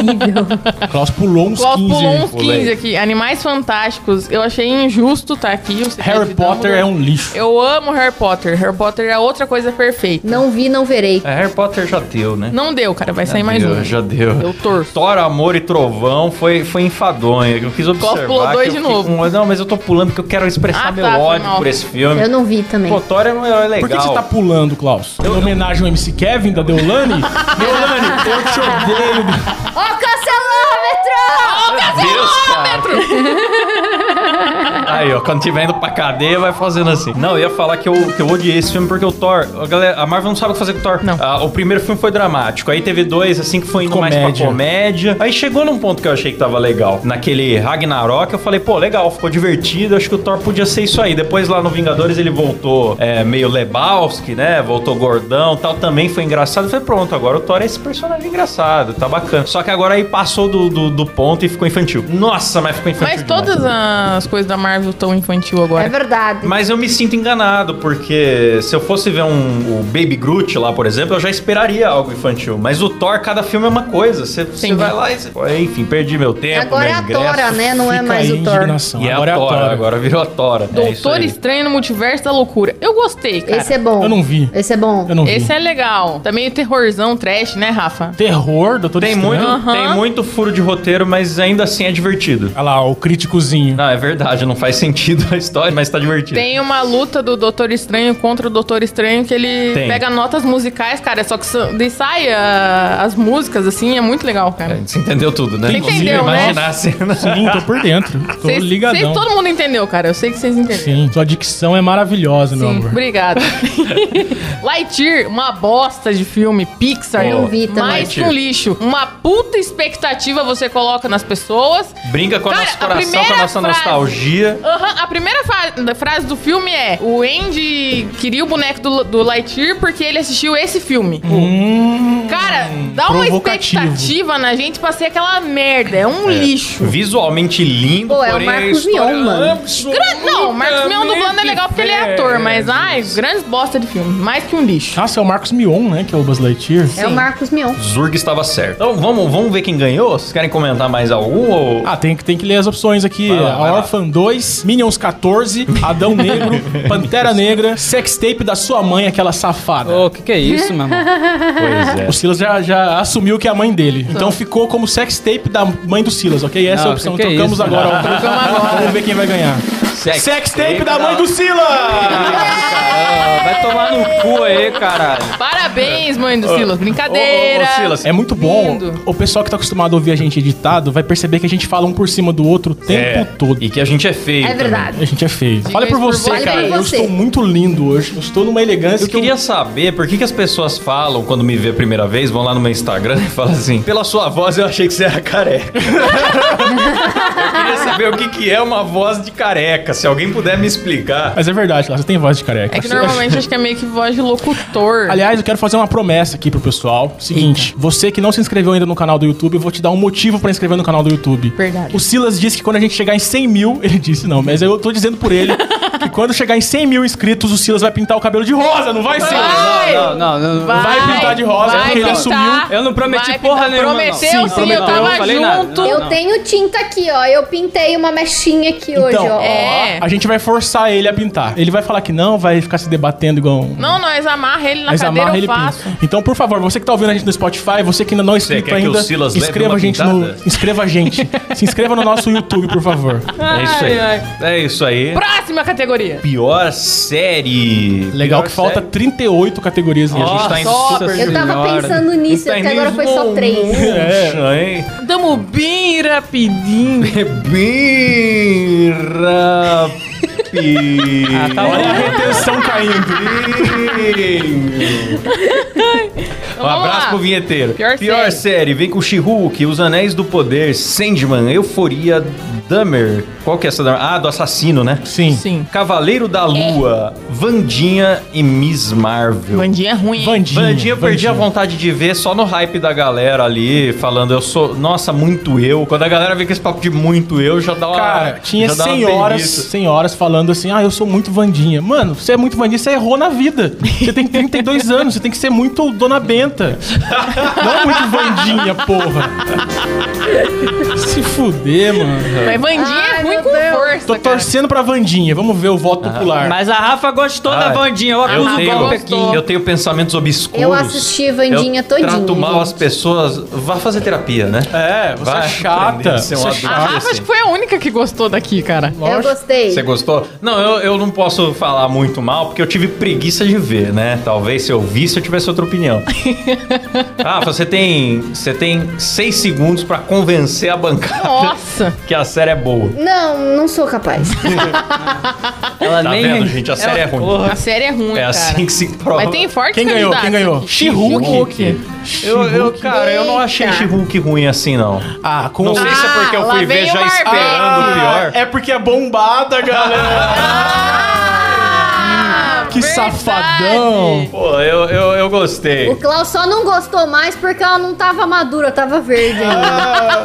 Speaker 2: Klaus pulou uns
Speaker 4: Cló
Speaker 2: 15.
Speaker 4: pulou uns
Speaker 1: Pulei.
Speaker 4: 15 aqui. Animais Fantásticos. Eu achei injusto tá aqui. o segredo
Speaker 2: Harry
Speaker 4: de
Speaker 2: Potter
Speaker 4: Dumbledore.
Speaker 2: é um lixo.
Speaker 4: Eu amo Harry Potter. Harry Potter é outra coisa perfeita.
Speaker 3: Não vi, não verei.
Speaker 1: É, Harry Potter já deu, né?
Speaker 4: Não deu, cara. Vai sair mais
Speaker 1: deu,
Speaker 4: um.
Speaker 1: Já deu.
Speaker 4: Eu torço.
Speaker 1: Thor, Amor e Trovão foi, foi enfadonho. Eu quis observar.
Speaker 4: pulou
Speaker 1: que
Speaker 4: dois
Speaker 1: eu
Speaker 4: de
Speaker 1: fiquei
Speaker 4: novo.
Speaker 1: com- Não, mas eu tô pulando porque eu quero expressar
Speaker 4: Ah,
Speaker 1: meu
Speaker 4: tá, foi
Speaker 1: ódio
Speaker 4: mal.
Speaker 1: por esse filme.
Speaker 3: Eu não vi também.
Speaker 1: Pô, Thor é um herói legal.
Speaker 2: Por que, que você tá pulando, Klaus? Em homenagem ao MC Kevin da Deolane? Deolane, eu te odeio.
Speaker 3: Ó, cancelômetro!
Speaker 1: Deus, cara. Aí, ó, quando tiver indo pra cadeia, vai fazendo assim. Não, eu ia falar que eu, que eu odiei esse filme porque o Thor. A, galera, a Marvel não sabe o que fazer com o Thor.
Speaker 4: Não.
Speaker 1: Ah, o primeiro filme foi dramático. Aí teve dois, assim, que foi indo mais pra
Speaker 2: Comédia.
Speaker 1: comédia. Aí chegou num ponto que eu achei que tava legal. Naquele Ragnarok, eu falei, pô, legal, ficou divertido. Acho que o Thor podia ser isso aí. Depois lá no Vingadores ele voltou é, meio Lebowski, né? Voltou gordão e tal. Também foi engraçado. Eu falei, pronto, agora o Thor é esse personagem engraçado. Tá bacana. Só que agora aí passou do, do, do ponto e ficou infantil. Nossa, mas ficou infantil.
Speaker 4: Mas
Speaker 1: demais.
Speaker 4: todas as coisas da Marvel tão infantil
Speaker 3: É
Speaker 4: agora.
Speaker 3: verdade.
Speaker 1: Mas eu me sinto enganado, porque se eu fosse ver um, o Baby Groot lá, por exemplo, eu já esperaria algo infantil. Mas o Thor, cada filme é uma coisa. Você você
Speaker 4: Entendi.
Speaker 1: vai lá e você... Pô, Enfim, perdi meu tempo,
Speaker 3: Agora é
Speaker 1: meu
Speaker 3: a
Speaker 1: ingresso.
Speaker 3: Tora, né? Não é
Speaker 2: Fica
Speaker 3: mais
Speaker 2: aí
Speaker 3: o
Speaker 2: a
Speaker 3: Thor.
Speaker 2: indignação.
Speaker 1: E
Speaker 2: agora
Speaker 1: é a Tora,
Speaker 2: Tora.
Speaker 1: agora virou a Tora. É isso
Speaker 4: Doutor
Speaker 1: aí.
Speaker 4: Estranho no Multiverso da Loucura. Eu gostei, cara.
Speaker 3: Esse é bom.
Speaker 2: Eu não vi.
Speaker 3: Esse é bom.
Speaker 2: Eu não vi.
Speaker 4: Esse é legal. Também o terrorzão trash, né, Rafa?
Speaker 2: Terror, doutor
Speaker 1: Tem
Speaker 2: Estranho.
Speaker 1: muito,
Speaker 4: Aham.
Speaker 1: tem muito furo de roteiro, mas ainda assim é divertido.
Speaker 2: Olha lá, o críticozinho.
Speaker 1: Não, é verdade, não faz sentido a história, mas tá divertido.
Speaker 4: Tem uma luta do Doutor Estranho contra o Doutor Estranho que ele
Speaker 1: Tem.
Speaker 4: pega notas musicais, cara. Só que são- daí sai ah, as músicas, assim, é muito legal, cara.
Speaker 1: É, Você entendeu tudo, né?
Speaker 4: Você entendeu, né?
Speaker 1: imaginar a cena.
Speaker 2: Sim, tô por dentro. Tô
Speaker 4: Vocês-
Speaker 2: ligadão.
Speaker 4: vocês- todo mundo entendeu, cara. Eu sei que vocês entenderam.
Speaker 2: Sim, sua dicção é maravilhosa, meu
Speaker 4: Sim,
Speaker 2: amor.
Speaker 4: obrigado. Lightyear, uma bosta de filme, Pixar.
Speaker 1: Eu
Speaker 3: não vi também.
Speaker 4: Mais que um
Speaker 1: Lightyear.
Speaker 4: lixo. Uma puta expectativa você coloca nas pessoas.
Speaker 1: Brinca com o
Speaker 4: Cara,
Speaker 1: nosso
Speaker 4: a
Speaker 1: coração, com a
Speaker 4: primeira
Speaker 1: nossa
Speaker 4: frase-
Speaker 1: nostalgia.
Speaker 4: Aham, a primeira fa- da frase do filme é: o Andy queria o boneco do, do Lightyear porque ele assistiu esse filme.
Speaker 2: Hum,
Speaker 4: Cara, dá uma
Speaker 2: provocativo.
Speaker 4: expectativa na gente pra ser aquela merda. É um lixo.
Speaker 1: Visualmente lindo,
Speaker 3: Pô, é o
Speaker 1: porém
Speaker 3: Marcos
Speaker 1: a história- Ah,
Speaker 3: Mion, mano.
Speaker 4: Gra- Não, o Marcos Mion dublando é legal porque ele é ator, mas ai,
Speaker 1: velhos.
Speaker 4: grandes bosta de filme. Mais que um lixo.
Speaker 2: Nossa, é o Marcos Mion, né? Que é o Buzz Lightyear.
Speaker 3: É o Marcos Mion.
Speaker 1: Zurg estava certo. Então vamos, vamos ver quem ganhou? Vocês querem comentar mais algum? Ou...
Speaker 2: Ah, tem que, tem que ler as opções aqui.
Speaker 1: Vai lá, vai
Speaker 2: a
Speaker 1: lá.
Speaker 2: Orphan 2, Minions 14, Adão Negro, Pantera Negra, Sextape da sua mãe, aquela safada.
Speaker 5: Ô, o que, que é isso, meu irmão?
Speaker 1: pois é.
Speaker 2: O Silas já, já assumiu que é a mãe dele. Então ficou como sextape da mãe do Silas, ok? Essa é
Speaker 5: Não,
Speaker 2: a opção.
Speaker 5: que que é
Speaker 2: Trocamos
Speaker 5: isso?
Speaker 2: agora. ó. Vamos ver quem vai ganhar.
Speaker 1: Sex,
Speaker 2: Sextape da mãe do Silas!
Speaker 5: Ah, vai tomar no cu aí, caralho.
Speaker 4: Parabéns, mãe do
Speaker 1: Ô,
Speaker 4: Silas. Brincadeira.
Speaker 1: ô, ô, Silas,
Speaker 2: É muito bom.
Speaker 4: Lindo.
Speaker 2: O pessoal que tá acostumado a ouvir a gente editado vai perceber que a gente fala um por cima do outro o tempo
Speaker 1: é,
Speaker 2: todo.
Speaker 1: E que a gente é feio.
Speaker 3: É verdade.
Speaker 2: A gente é feio.
Speaker 4: Diga
Speaker 2: Olha por
Speaker 4: isso por
Speaker 2: você,
Speaker 4: você.
Speaker 2: cara.
Speaker 3: Olha por
Speaker 2: Eu
Speaker 3: você.
Speaker 2: estou muito lindo hoje. Eu estou numa elegância
Speaker 1: Eu
Speaker 2: que eu-
Speaker 1: queria saber por que, que as pessoas falam quando me vê a primeira vez, vão lá no meu Instagram e falam assim: pela sua voz eu achei que você era careca. eu queria saber o que, que é uma voz de careca. Se alguém puder me explicar.
Speaker 2: Mas é verdade, Lá você tem voz de careca.
Speaker 4: É que normalmente acho que é meio que voz de locutor.
Speaker 2: Aliás, eu quero fazer uma promessa aqui pro pessoal. Seguinte, você que não se inscreveu ainda no canal do YouTube, eu vou te dar um motivo pra inscrever no canal do YouTube.
Speaker 4: Verdade.
Speaker 2: O Silas disse que quando a gente chegar em 100 mil, ele disse não, mas eu tô dizendo por ele. que quando chegar em 100 mil inscritos, o Silas vai pintar o cabelo de rosa, não vai,
Speaker 5: Ah,
Speaker 2: Silas?
Speaker 4: Vai!
Speaker 5: Não, não, não. não.
Speaker 2: Vai pintar de rosa,
Speaker 4: vai
Speaker 2: porque ele
Speaker 4: pintar,
Speaker 2: assumiu.
Speaker 5: Eu não prometi
Speaker 4: vai
Speaker 5: porra
Speaker 4: pintar.
Speaker 5: nenhuma, não.
Speaker 4: Prometeu
Speaker 5: Sim,
Speaker 4: sim,
Speaker 5: prometeu,
Speaker 4: eu tava
Speaker 5: não falei nada.
Speaker 4: junto.
Speaker 5: Não,
Speaker 3: Eu
Speaker 5: não.
Speaker 3: tenho tinta aqui, ó. Eu pintei uma mechinha aqui hoje,
Speaker 2: Então,
Speaker 3: ó.
Speaker 4: É.
Speaker 2: a gente vai forçar ele a pintar. Ele vai falar que não, vai ficar se debatendo igual um...
Speaker 4: Não, nós amarra ele na
Speaker 2: Mas
Speaker 4: cadeira,
Speaker 2: amarra
Speaker 4: eu
Speaker 2: ele
Speaker 4: faço.
Speaker 2: pinta. Então, por favor, você que tá ouvindo a gente no Spotify, você que ainda não é inscrito
Speaker 1: quer que
Speaker 2: ainda,
Speaker 1: o Silas leve
Speaker 2: inscreva
Speaker 1: uma
Speaker 2: a gente no,
Speaker 1: pintada?
Speaker 2: inscreva a gente. se inscreva no nosso YouTube, por favor.
Speaker 1: É isso aí.
Speaker 5: Ai, ai.
Speaker 1: É isso aí.
Speaker 4: Próxima categoria.
Speaker 1: Pior série.
Speaker 2: Legal que falta 38 categorias.
Speaker 1: E a gente tá em
Speaker 5: Nossa
Speaker 1: super
Speaker 3: Eu tava
Speaker 5: senhora. tá
Speaker 3: pensando nisso, até agora foi só três.
Speaker 1: É, hein?
Speaker 4: Tamo bem rapidinho.
Speaker 1: É bem
Speaker 5: Ah,
Speaker 1: rápido.
Speaker 5: tá
Speaker 2: Olha a retenção caindo.
Speaker 1: Um abraço
Speaker 4: lá.
Speaker 1: pro vinheteiro.
Speaker 4: Pior série.
Speaker 1: série. Vem com She-Hulk, Os Anéis do Poder, Sandman, Euforia, Dummer. Qual que é essa? Dahmer? Ah, do assassino, né?
Speaker 2: Sim.
Speaker 4: Sim.
Speaker 1: Cavaleiro
Speaker 4: É.
Speaker 1: da Lua, Vandinha e Miss Marvel.
Speaker 4: Bandinha é ruim, hein?
Speaker 2: Vandinha.
Speaker 1: Vandinha eu perdi a vontade de ver só no hype da galera ali, falando eu sou, nossa, muito eu. Quando a galera vê com esse papo de muito eu, já dá uma.
Speaker 2: Cara, tinha
Speaker 1: Ah, já dá uma
Speaker 2: senhoras,
Speaker 1: preguiça.
Speaker 2: senhoras falando assim: ah, eu sou muito Vandinha. Mano, você é muito Vandinha, você errou na vida. Você tem 32 anos, você tem que ser muito Dona Benta. Não é muito Vandinha, porra. Se fuder, mano.
Speaker 4: Mas Vandinha é
Speaker 3: Ai,
Speaker 4: ruim
Speaker 3: meu
Speaker 4: com
Speaker 3: Deus.
Speaker 4: força.
Speaker 2: Tô
Speaker 4: cara.
Speaker 2: torcendo pra Vandinha, vamos ver o voto popular.
Speaker 5: Mas a Rafa gostou da
Speaker 1: Ah,
Speaker 5: bandinha, ó,
Speaker 1: Eu
Speaker 5: acuso o
Speaker 1: tenho,
Speaker 2: um
Speaker 5: golpe aqui.
Speaker 4: gostou.
Speaker 1: eu tenho pensamentos obscuros.
Speaker 3: Eu assisti Vandinha
Speaker 1: eu
Speaker 3: todinha,
Speaker 1: Trato mal
Speaker 3: gente.
Speaker 1: as pessoas. Vá fazer terapia, né?
Speaker 2: É, você
Speaker 1: Vai
Speaker 2: é chata.
Speaker 1: aprender a ser
Speaker 2: Você
Speaker 1: um
Speaker 2: é
Speaker 1: adulto.
Speaker 4: A
Speaker 2: chata.
Speaker 4: Rafa acho que foi a única que gostou daqui, cara.
Speaker 3: Eu gostei.
Speaker 1: Você gostou? Não, eu, eu não posso falar muito mal, porque eu tive preguiça de ver, né? Talvez se eu visse, eu tivesse outra opinião. ah, você tem, você tem seis segundos pra convencer a bancada
Speaker 4: Nossa.
Speaker 1: que a série é boa.
Speaker 3: Não, não sou capaz.
Speaker 5: Ela
Speaker 1: Tá
Speaker 5: nem...
Speaker 1: vendo, gente? A série é ruim.
Speaker 5: Porra.
Speaker 4: A série é ruim,
Speaker 1: É
Speaker 4: cara.
Speaker 1: assim que se prova.
Speaker 4: Mas tem fortes
Speaker 2: Quem ganhou? Quem
Speaker 4: candidatos
Speaker 2: ganhou?
Speaker 4: aqui.
Speaker 2: She-Hulk.
Speaker 1: Eu, eu, cara, eu não achei
Speaker 3: Eita.
Speaker 1: She-Hulk ruim assim, não.
Speaker 2: Ah, com
Speaker 1: Não sei se é porque eu
Speaker 4: lá
Speaker 1: fui
Speaker 4: vem
Speaker 1: ver
Speaker 4: o
Speaker 1: já
Speaker 4: barbeiro.
Speaker 1: esperando o pior.
Speaker 2: É porque é bombada, galera.
Speaker 4: Ah,
Speaker 2: que
Speaker 4: verdade.
Speaker 2: safadão.
Speaker 1: Pô, eu, eu, eu gostei.
Speaker 3: O Klaus só não gostou mais porque ela não tava madura, tava verde ainda.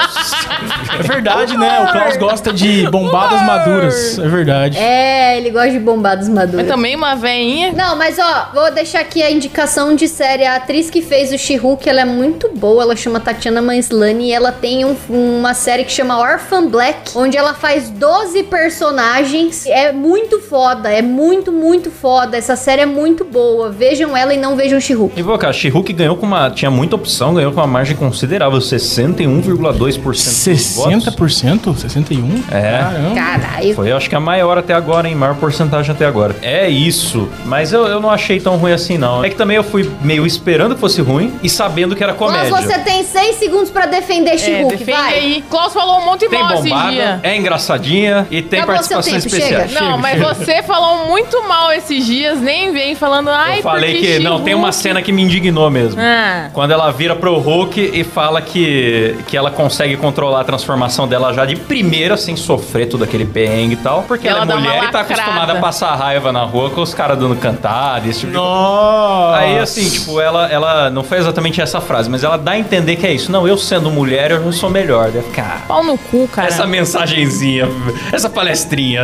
Speaker 2: É verdade, né? O Klaus gosta de bombadas maduras. É verdade.
Speaker 3: é, ele gosta de bombados maduros.
Speaker 4: Mas também uma veinha.
Speaker 3: Não, mas ó, vou deixar aqui a indicação de série. A atriz que fez o She-Hulk, ela é muito boa. Ela chama Tatiana Manslani e ela tem um- uma série que chama Orphan Black, onde ela faz 12 personagens. É muito foda, é muito, muito foda. Essa série é muito boa. Vejam ela e não vejam She-Hulk.
Speaker 1: E, pô, cara, She-Hulk ganhou com uma... Tinha muita opção, ganhou com uma margem considerável. 61,2% dos votos.
Speaker 2: 60%? 61?
Speaker 1: É.
Speaker 2: Caramba.
Speaker 3: Caralho.
Speaker 1: Foi, eu acho que a maior até agora, hein? Maior porcentagem até agora. É isso. Mas eu, eu não achei tão ruim assim, não. É que também eu fui meio esperando que fosse ruim e sabendo que era
Speaker 3: Mas
Speaker 1: comédia.
Speaker 3: você tem 6 segundos pra defender
Speaker 4: É,
Speaker 3: She-Hulk,
Speaker 4: defende
Speaker 3: vai.
Speaker 4: aí. Klaus falou um monte de
Speaker 1: Tem
Speaker 4: bola esse
Speaker 1: bombada,
Speaker 4: dia.
Speaker 1: é engraçadinha e tem
Speaker 3: Acabou seu
Speaker 1: participação
Speaker 3: tempo,
Speaker 1: especial.
Speaker 3: chega.
Speaker 4: Não, mas você falou muito mal esses dias, nem vem falando, ai,
Speaker 1: Eu falei
Speaker 4: porque
Speaker 1: que. Não, tem uma
Speaker 4: She-Hulk-
Speaker 1: cena que me indignou mesmo.
Speaker 4: Ah.
Speaker 1: Quando ela vira pro Hulk e fala que, que ela consegue controlar a transformação dela já de primeira, sem sofrer todo aquele perrengue e tal. Porque
Speaker 4: Ela
Speaker 1: ela,
Speaker 4: dá
Speaker 1: é
Speaker 4: uma
Speaker 1: mulher e tá
Speaker 4: lacrada.
Speaker 1: acostumada a passar raiva na rua com os caras dando cantada, esse tipo de coisa.
Speaker 2: Nossa.
Speaker 1: Aí, assim, tipo, ela, ela não foi exatamente essa frase, mas ela dá a entender que é isso. Não, eu sendo mulher, eu "Ah, não sou melhor. Deve ficar.
Speaker 4: Pau no cu, cara.
Speaker 1: Essa mensagenzinha, essa palestrinha,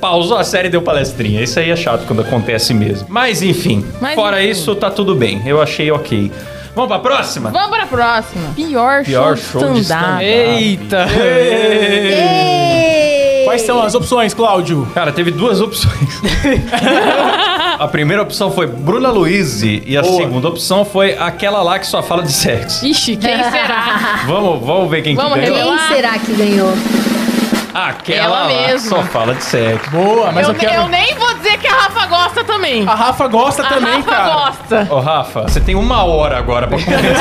Speaker 1: pausou a série e deu palestrinha. Isso aí é chato quando acontece mesmo. Mas enfim,
Speaker 4: Mas
Speaker 1: fora
Speaker 4: enfim.
Speaker 1: isso, tá tudo bem. Eu achei ok. Vamos pra próxima?
Speaker 4: Vamos pra próxima. Pior,
Speaker 1: Pior
Speaker 4: show de stand-up.
Speaker 5: Eita.
Speaker 3: Ei!
Speaker 2: Quais são as opções, Cláudio?
Speaker 1: Cara, teve duas opções. a primeira opção foi Bruna Luise e a
Speaker 2: Boa.
Speaker 1: segunda opção foi aquela lá que só fala de sexo.
Speaker 4: Ixi, quem será?
Speaker 1: Vamos, vamos ver quem
Speaker 4: Ah. Vamos
Speaker 1: que ganhou.
Speaker 4: revelar.
Speaker 3: Quem será que ganhou?
Speaker 1: Aquela
Speaker 4: Ela
Speaker 1: lá que
Speaker 4: mesma.
Speaker 1: só fala de sexo.
Speaker 2: Boa, mas
Speaker 4: eu,
Speaker 2: eu, quero...
Speaker 4: eu nem vou dizer que a Rafa gosta também.
Speaker 2: A Rafa gosta
Speaker 4: a
Speaker 2: também,
Speaker 4: Rafa
Speaker 2: cara.
Speaker 4: gosta.
Speaker 1: Ô, Rafa, você tem uma hora agora pra convencer.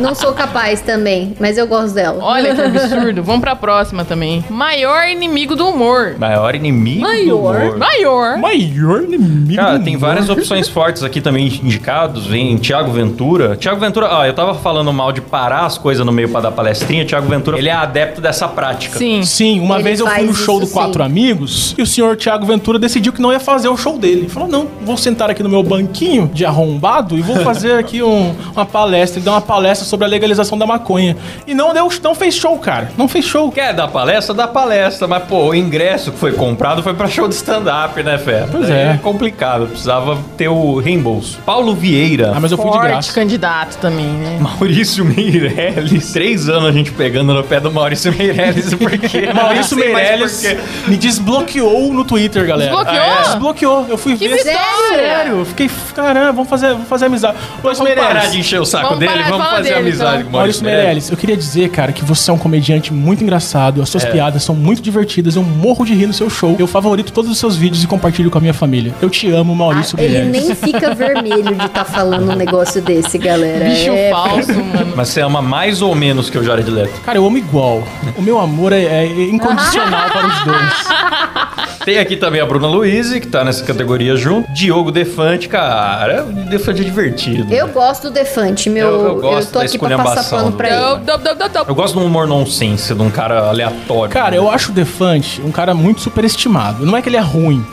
Speaker 3: Não sou capaz também, mas eu gosto dela.
Speaker 4: Olha que absurdo. Vamos pra próxima também. Maior inimigo do humor.
Speaker 1: Maior inimigo. do
Speaker 3: Maior.
Speaker 1: humor.
Speaker 4: Maior.
Speaker 2: Maior inimigo.
Speaker 1: Cara,
Speaker 2: do
Speaker 1: tem
Speaker 2: mundo.
Speaker 1: várias opções fortes aqui também indicados. Vem Thiago Ventura. Thiago Ventura, ó, eu tava falando mal de parar as coisas no meio pra dar palestrinha. Thiago Ventura, ele é adepto dessa essa prática.
Speaker 4: Sim.
Speaker 2: Sim, uma
Speaker 3: Ele
Speaker 2: vez eu fui
Speaker 3: faz
Speaker 2: no show
Speaker 3: isso
Speaker 2: do Quatro
Speaker 3: sim.
Speaker 2: Amigos e o senhor Thiago Ventura decidiu que não ia fazer o show dele. Ele falou: não, vou sentar aqui no meu banquinho de arrombado e vou fazer aqui um- uma palestra. Ele deu uma palestra sobre a legalização da maconha. E não, deu, não fez show, cara. Não fez show.
Speaker 1: Quer dar palestra? Dá palestra. Mas, pô, o ingresso que foi comprado foi pra show de stand-up, né, Fé?
Speaker 2: Pois
Speaker 1: Daí
Speaker 2: é.
Speaker 1: complicado. Precisava ter o reembolso. Paulo Vieira.
Speaker 2: Ah, mas eu fui de
Speaker 4: Forte
Speaker 2: graça.
Speaker 4: candidato também, né?
Speaker 1: Maurício Meirelles. Três anos a gente pegando no pé do Maurício Meirelles. Porque
Speaker 2: Maurício Meirelles me desbloqueou no Twitter, galera.
Speaker 4: Desbloqueou?
Speaker 2: Ah, é? Desbloqueou. Eu fui ver.
Speaker 3: vitória!
Speaker 2: Sério? Eu fiquei, caramba, vamos fazer, vamos fazer amizade. Luiz
Speaker 1: Vamos parar
Speaker 2: Meirelles.
Speaker 1: de encher o saco
Speaker 4: Vamos
Speaker 1: dele.
Speaker 4: parar de
Speaker 1: Vamos
Speaker 4: falar
Speaker 1: fazer
Speaker 4: dele,
Speaker 1: amizade
Speaker 4: então.
Speaker 1: com o
Speaker 2: Maurício Meirelles, eu queria dizer, cara, que você é um comediante muito engraçado, as suas
Speaker 1: É.
Speaker 2: piadas são muito divertidas, eu morro de rir no seu show, eu favorito todos os seus vídeos e compartilho com a minha família. Eu te amo, Maurício
Speaker 3: Ah, ele
Speaker 2: Meirelles.
Speaker 3: nem fica vermelho de estar falando um negócio desse, galera.
Speaker 4: Bicho
Speaker 3: é...
Speaker 4: falso, mano.
Speaker 1: Mas você ama mais ou menos que o Jared Leto?
Speaker 2: Cara, eu amo igual. O meu amor é, é
Speaker 3: Ah.
Speaker 2: incondicional para os dois.
Speaker 1: Tem aqui também a Bruna Luiz, que tá nessa categoria junto. Diogo Defante, cara. O Defante é divertido.
Speaker 3: Eu gosto do Defante, meu.
Speaker 1: Eu-
Speaker 3: Eu,
Speaker 1: eu gosto
Speaker 3: tô
Speaker 1: da
Speaker 3: aqui pra passar
Speaker 1: esculhambação né?
Speaker 3: pano
Speaker 1: do-
Speaker 3: pra ele.
Speaker 4: Eu, dou, dou, dou, dou.
Speaker 1: Eu gosto de um humor nonsense, de um cara aleatório.
Speaker 2: Cara, eu acho o Defante um cara muito superestimado. Não é que ele é ruim.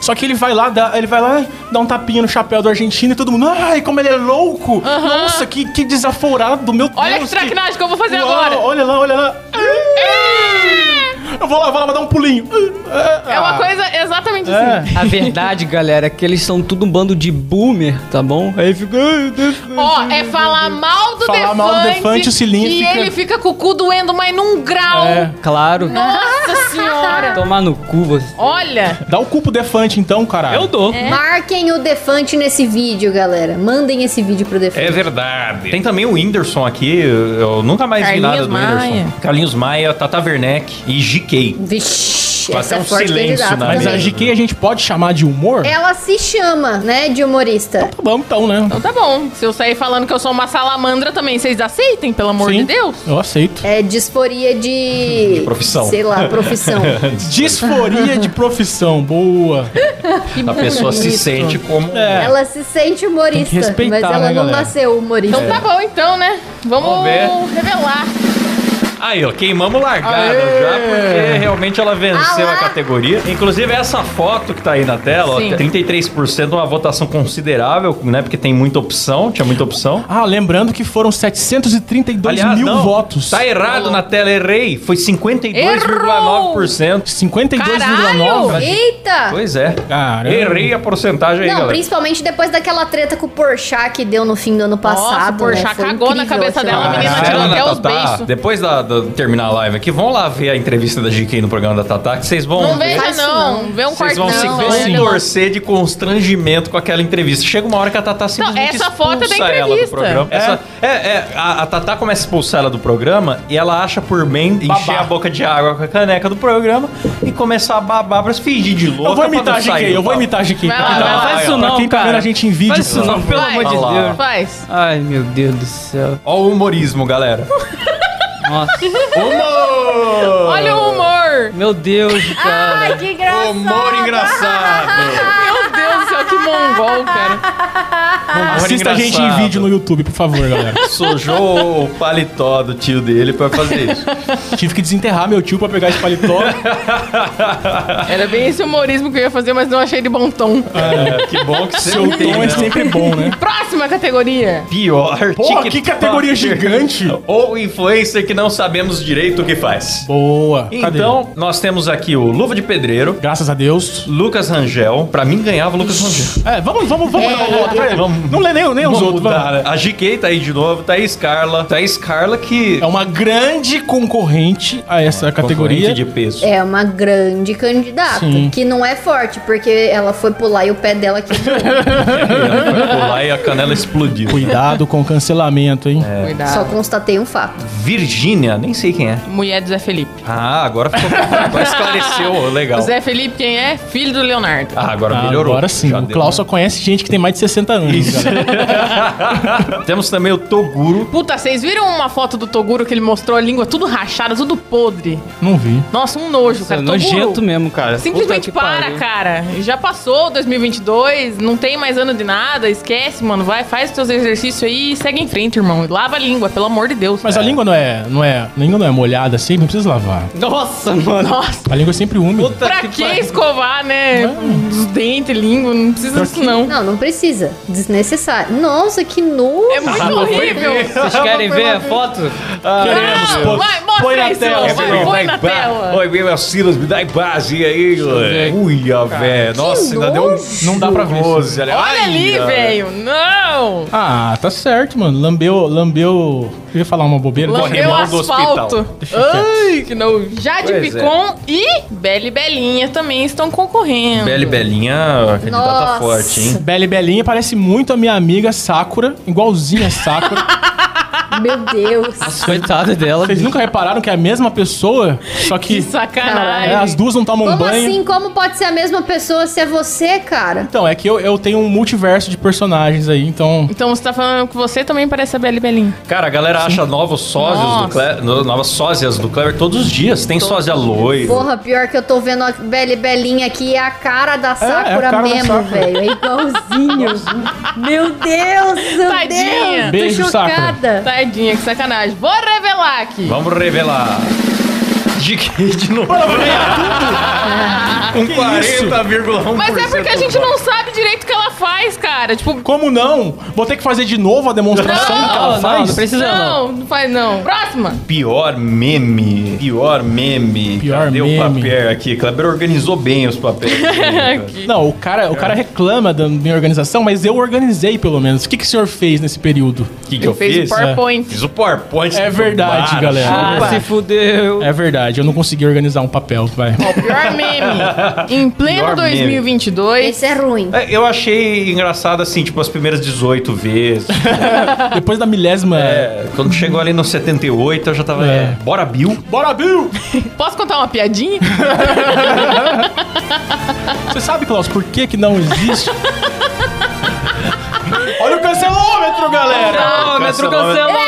Speaker 2: Só que ele vai lá, dá, ele vai lá, dá um tapinha no chapéu do argentino e todo mundo, ai, como ele é louco! Nossa, que, que desaforado, meu
Speaker 4: Olha que
Speaker 2: Deus!
Speaker 4: traquinagem que eu vou fazer
Speaker 2: Uau,
Speaker 4: agora.
Speaker 2: Olha lá, olha lá. Eu vou lá, vou lá, vou dar um pulinho.
Speaker 4: É uma coisa exatamente assim.
Speaker 2: Ah. É.
Speaker 5: A verdade, galera, é que eles são tudo um bando de boomer, tá bom? Aí fica. "Ai, Deus,
Speaker 4: Ó, é falar mal do
Speaker 2: Falar
Speaker 4: Defante.
Speaker 2: mal do Defante, o Silinho
Speaker 4: que
Speaker 2: fica-
Speaker 4: ele fica com o cu doendo, mas num grau.
Speaker 2: É.
Speaker 5: Claro.
Speaker 4: Nossa senhora.
Speaker 5: Tomar no cu você.
Speaker 4: Olha.
Speaker 2: Dá o cu pro Defante, então, caralho.
Speaker 5: Eu dou.
Speaker 4: É.
Speaker 3: Marquem o Defante nesse vídeo, galera. Mandem esse vídeo pro Defante.
Speaker 1: É verdade. Tem também o Whindersson aqui, eu eu nunca mais vi
Speaker 4: Carlinhos
Speaker 1: nada do
Speaker 4: Maia.
Speaker 1: Whindersson. Carlinhos Maia, Tata Werneck e GK.
Speaker 3: Vixe,
Speaker 1: É. Vai
Speaker 3: essa
Speaker 1: ter
Speaker 3: é
Speaker 1: um
Speaker 3: forte
Speaker 1: silêncio
Speaker 3: candidata
Speaker 1: na
Speaker 2: Mas
Speaker 3: também.
Speaker 2: a GK a gente pode chamar de humor?
Speaker 4: É.
Speaker 3: Ela se chama, né, de humorista.
Speaker 2: Tá bom, então, né?
Speaker 4: Então tá bom. Se eu sair falando que eu sou uma salamandra também, vocês aceitem, pelo amor
Speaker 2: Sim,
Speaker 4: de Deus?
Speaker 2: Eu aceito.
Speaker 3: É disforia de...
Speaker 1: profissão.
Speaker 3: Sei lá, profissão.
Speaker 2: Disforia de profissão, boa.
Speaker 1: A pessoa se sente como.
Speaker 2: É.
Speaker 3: Ela se sente
Speaker 2: Tem que
Speaker 3: humorista,
Speaker 2: respeitar,
Speaker 3: mas ela
Speaker 2: né,
Speaker 3: não
Speaker 2: galera?
Speaker 3: nasceu humorista.
Speaker 4: Então
Speaker 2: É.
Speaker 4: tá bom, então, né? Vamos
Speaker 1: Vamos ver.
Speaker 4: revelar.
Speaker 1: Aí, ó, queimamos largada
Speaker 2: Aê!
Speaker 1: já, porque realmente ela venceu
Speaker 3: Ah
Speaker 1: a
Speaker 3: lá!
Speaker 1: categoria. Inclusive, essa foto que tá aí na tela, ó,
Speaker 4: Sim.
Speaker 1: 33%, uma votação considerável, né? Porque tem muita opção, tinha muita opção.
Speaker 2: Ah, lembrando que foram 732 mil
Speaker 1: não,
Speaker 2: votos.
Speaker 1: Tá errado na tela, errei. Foi 52,9%.
Speaker 2: 52,9.
Speaker 3: Eita!
Speaker 1: Pois é.
Speaker 2: Caramba.
Speaker 1: Errei a porcentagem aí,
Speaker 3: Não,
Speaker 1: galera.
Speaker 3: principalmente depois daquela treta com o Porchat que deu no fim do ano
Speaker 4: Nossa, o
Speaker 3: passado,
Speaker 4: Porchat
Speaker 3: né? Foi
Speaker 4: cagou na
Speaker 3: incrível
Speaker 4: cabeça
Speaker 3: aquilo lá.
Speaker 4: dela, a menina
Speaker 1: Marcela Ah,
Speaker 4: tirou
Speaker 1: da
Speaker 2: tá
Speaker 4: até os
Speaker 1: Tatá,
Speaker 4: beiços.
Speaker 1: Depois da, da- terminar a live aqui, vão lá ver a entrevista da GK no programa da Tatá, que vocês vão.
Speaker 4: Não
Speaker 1: ver.
Speaker 4: veja,
Speaker 3: Faz isso
Speaker 4: não.
Speaker 3: não.
Speaker 4: Vê um
Speaker 1: Vocês
Speaker 4: quartão.
Speaker 1: vão se
Speaker 4: não,
Speaker 2: vê
Speaker 4: olha.
Speaker 2: sim.
Speaker 1: contorcer de constrangimento com aquela entrevista. Chega uma hora que a Tatá simplesmente
Speaker 4: essa foto é da
Speaker 1: expulsa ela do
Speaker 4: entrevista.
Speaker 1: programa. Essa- É, é, a, a Tatá começa a expulsar ela do programa e ela acha por bem encher
Speaker 2: Babar.
Speaker 1: a boca de água com a caneca do programa e começar a babar pra se fingir de louca.
Speaker 2: Eu
Speaker 1: pra
Speaker 2: vou imitar
Speaker 1: não
Speaker 2: a GK,
Speaker 1: sair do
Speaker 2: eu vou
Speaker 1: palco.
Speaker 2: imitar a GK.
Speaker 4: Vai lá,
Speaker 2: Tá?
Speaker 4: vai lá.
Speaker 5: faz isso
Speaker 2: Pra
Speaker 5: não,
Speaker 2: quem tá
Speaker 5: cara.
Speaker 2: vendo a gente em vídeo,
Speaker 5: Faz isso não, pelo
Speaker 4: Vai.
Speaker 5: amor de
Speaker 1: Olha lá.
Speaker 5: Deus.
Speaker 4: Faz.
Speaker 5: Ai, meu Deus do céu.
Speaker 1: Ó o humorismo, galera.
Speaker 5: Nossa.
Speaker 1: Humor!
Speaker 4: Olha o humor.
Speaker 5: Meu Deus, cara.
Speaker 3: Ai, que engraçado!
Speaker 1: Humor engraçado!
Speaker 4: Meu Deus do céu, que mongol, cara.
Speaker 2: Assista a gente em
Speaker 1: engraçado.
Speaker 2: vídeo no YouTube, por favor, galera.
Speaker 1: Sujou o paletó do tio dele pra fazer isso.
Speaker 2: Tive que desenterrar meu tio pra pegar esse paletó.
Speaker 4: Era bem esse humorismo que eu ia fazer, mas não achei de bom tom.
Speaker 1: É, que bom que você
Speaker 2: Seu
Speaker 1: não tem,
Speaker 2: tom
Speaker 1: né?
Speaker 2: é sempre bom, né?
Speaker 4: Próxima categoria.
Speaker 1: Pior
Speaker 2: Porra,
Speaker 1: TikToker
Speaker 2: que categoria gigante!
Speaker 1: Ou influencer que não sabemos direito o que faz.
Speaker 2: Boa. Cadê?
Speaker 1: Então, nós temos aqui o Luva de Pedreiro,
Speaker 2: graças a Deus.
Speaker 1: Lucas Rangel. Pra mim, ganhava o Lucas Rangel.
Speaker 2: É, vamos, vamos, vamos.
Speaker 3: É,
Speaker 2: não,
Speaker 3: é,
Speaker 2: peraí,
Speaker 1: vamos-
Speaker 2: não lê nem, nem os
Speaker 1: Vamos
Speaker 2: outros.
Speaker 1: mudar,
Speaker 2: vamos.
Speaker 1: né? A GK tá aí de novo, tá aí Scarla. Tá aí Scarla que...
Speaker 2: É uma grande concorrente a essa categoria.
Speaker 1: concorrente de peso.
Speaker 3: É uma grande candidata,
Speaker 2: Sim.
Speaker 3: que não é forte, porque ela foi pular e o pé dela aqui.
Speaker 1: Ela foi pular e a canela explodiu.
Speaker 2: Cuidado com o cancelamento, hein?
Speaker 3: Só
Speaker 4: Cuidado.
Speaker 3: constatei um fato.
Speaker 1: Virgínia, nem sei quem é.
Speaker 4: Mulher do Zé Felipe.
Speaker 1: Ah, agora ficou... agora esclareceu,
Speaker 4: O
Speaker 1: legal.
Speaker 4: Zé Felipe quem é? Filho do Leonardo.
Speaker 1: Ah, agora
Speaker 2: Ah,
Speaker 1: melhorou.
Speaker 2: agora sim,
Speaker 1: Já
Speaker 2: o Klaus só conhece gente que tem mais de 60 anos. cara.
Speaker 1: Temos também o Toguro.
Speaker 4: Puta, vocês viram uma foto do Toguro que ele mostrou a língua tudo rachada, tudo podre?
Speaker 2: Não vi.
Speaker 4: Nossa, um nojo,
Speaker 5: É
Speaker 4: cara. Toguro,
Speaker 5: nojento mesmo, cara.
Speaker 4: Simplesmente
Speaker 5: Puta que
Speaker 4: para,
Speaker 5: pariu.
Speaker 4: cara. Já passou 2022, não tem mais ano de nada, esquece, mano. Vai, faz os teus exercícios aí e segue em frente, irmão. Lava a língua, pelo amor de Deus.
Speaker 2: Mas a
Speaker 4: É.
Speaker 2: língua não é, não é, a língua não é molhada assim, não precisa lavar.
Speaker 5: Nossa, mano.
Speaker 4: Nossa,
Speaker 2: A língua é sempre úmida.
Speaker 5: Puta
Speaker 4: pra que,
Speaker 5: pariu.
Speaker 4: escovar, né? Os dentes, língua, não precisa disso, não.
Speaker 3: Não, não precisa. Desnecessário. Nossa, que nojo.
Speaker 4: É
Speaker 2: Ah,
Speaker 4: muito horrível.
Speaker 5: Vocês querem ver a foto?
Speaker 2: Queremos,
Speaker 4: Não,
Speaker 2: pô.
Speaker 4: vai, mostra
Speaker 2: Põe na
Speaker 4: isso.
Speaker 2: tela,
Speaker 4: vai,
Speaker 1: Oi,
Speaker 2: Silas.
Speaker 1: me
Speaker 4: põe
Speaker 1: dá
Speaker 4: na
Speaker 1: ba-
Speaker 4: tela.
Speaker 1: Oi, meu Silas, me dá em paz. E aí, ué?
Speaker 5: ver.
Speaker 1: Uia, velho. Nossa, ainda deu um.
Speaker 2: Não dá pra ver.
Speaker 1: Nossa, olha
Speaker 4: Olha
Speaker 1: Ai,
Speaker 4: ali,
Speaker 1: ai.
Speaker 4: velho. Não.
Speaker 2: Ah, tá certo, mano. Lambeu, lambeu. Eu ia falar uma bobeira.
Speaker 4: Lambeu
Speaker 1: Corrimão do
Speaker 4: asfalto. Ai, que não. Jade
Speaker 1: Pois
Speaker 4: Picon e Belle Belinha também estão concorrendo.
Speaker 1: Bela e Belinha, candidata
Speaker 3: Nossa.
Speaker 1: forte, hein?
Speaker 2: Bela e Belinha parece muito a minha amiga Sakura, igualzinha a Sakura.
Speaker 3: Meu Deus.
Speaker 5: Coitada dela.
Speaker 2: Vocês nunca repararam que é a mesma pessoa, só que
Speaker 4: Que sacanagem.
Speaker 2: é, as duas não tomam
Speaker 3: Como
Speaker 2: banho.
Speaker 3: assim? Como pode ser a mesma pessoa se é você, cara?
Speaker 2: Então, é que eu, eu tenho um multiverso de personagens aí, então.
Speaker 4: Então você tá falando que você também parece a Belle Belinha.
Speaker 1: Cara, a galera acha novos sósias do
Speaker 4: Nossa.
Speaker 1: Clever, novas sósias do Clever todos os dias. Tem sósia loira.
Speaker 3: Porra, pior que eu tô vendo a Belle Belinha aqui, é a cara da Sakura
Speaker 2: a cara da
Speaker 3: mesmo,
Speaker 2: Sakura.
Speaker 3: velho. É igualzinho. meu Deus, meu
Speaker 4: Tadinha.
Speaker 3: Deus.
Speaker 2: Beijo,
Speaker 3: tô chocada.
Speaker 4: Tadinha, que sacanagem. Vou revelar aqui.
Speaker 1: Vamos revelar. De que de novo? Ah,
Speaker 2: Um que isso?
Speaker 1: 40,1%.
Speaker 4: Mas é porque a gente não sabe direito o que ela faz, cara. Tipo,
Speaker 2: Como não? Vou ter que fazer de novo a demonstração
Speaker 4: Não,
Speaker 2: que ela
Speaker 5: Não, não,
Speaker 2: faz?
Speaker 5: não precisa não.
Speaker 4: não, não faz não. Próxima.
Speaker 1: Pior meme. Pior meme.
Speaker 2: Pior
Speaker 1: Cadê o
Speaker 2: meme.
Speaker 1: papel aqui? Kleber organizou bem os papéis.
Speaker 2: Não, o cara, o cara reclama da minha organização, mas eu organizei pelo menos. O que, que o senhor fez nesse período?
Speaker 1: O que, que eu
Speaker 4: Fez
Speaker 1: fiz?
Speaker 4: o PowerPoint.
Speaker 1: Fiz o PowerPoint.
Speaker 2: É
Speaker 1: do
Speaker 2: verdade,
Speaker 1: bar,
Speaker 2: galera.
Speaker 1: chupa.
Speaker 5: Ah, se fudeu.
Speaker 2: É verdade, eu não consegui organizar um papel, vai.
Speaker 4: Ó, pior meme. Em pleno
Speaker 1: Pior meme.
Speaker 4: 2022.
Speaker 3: Esse é ruim.
Speaker 1: É, Eu achei engraçado assim, tipo, as primeiras 18 vezes.
Speaker 2: Depois da milésima.
Speaker 1: É, quando chegou ali no 78, eu já tava.
Speaker 2: É.
Speaker 1: é, Bora, Bill?
Speaker 2: Bora, Bill!
Speaker 4: Posso contar uma piadinha?
Speaker 2: Você sabe, Klaus, por que que não existe? Olha o cancelômetro, galera!
Speaker 5: Cancelômetro, cancelômetro.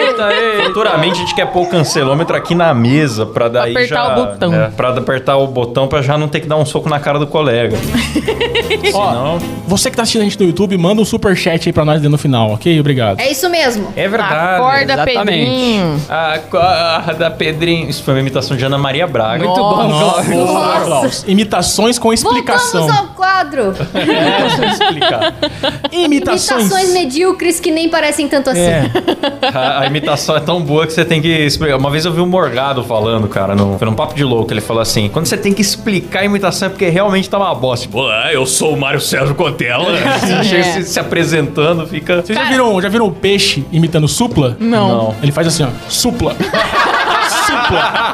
Speaker 5: Eita, eita.
Speaker 1: Futuramente a gente quer pôr o cancelômetro aqui na mesa pra daí
Speaker 4: Apertar
Speaker 1: já,
Speaker 4: o botão.
Speaker 1: né, pra apertar o botão pra já não ter que dar um soco na cara do colega. Senão.
Speaker 2: Você que tá assistindo a gente no YouTube, manda um superchat aí pra nós dentro no final, ok? Obrigado.
Speaker 3: É isso mesmo.
Speaker 1: É verdade.
Speaker 4: Acorda,
Speaker 5: exatamente.
Speaker 4: Pedrinho.
Speaker 1: Acorda, Pedrinho. Isso foi uma imitação de Ana Maria Braga.
Speaker 5: Muito bom,
Speaker 2: Nossa,
Speaker 5: Cláudio.
Speaker 3: Nossa.
Speaker 2: Klaus. Imitações com explicação.
Speaker 3: Voltamos ao quadro.
Speaker 1: Deixa eu explicar.
Speaker 2: Imitações.
Speaker 3: Imitações medíocres que nem parecem tanto assim.
Speaker 2: É.
Speaker 1: A, a imitação é tão boa que você tem que explicar. Uma vez eu vi o Morgado falando, cara, no, foi num papo de louco. Ele falou assim: quando você tem que explicar a imitação é porque realmente tá uma bosta. Tipo, "Ah, eu sou o Mário Sérgio Contella. Você chega se, se apresentando, fica.
Speaker 2: Vocês É. já viram, já viram o peixe imitando supla?
Speaker 4: Não.
Speaker 1: Não.
Speaker 2: Ele faz assim, ó. Supla. supla.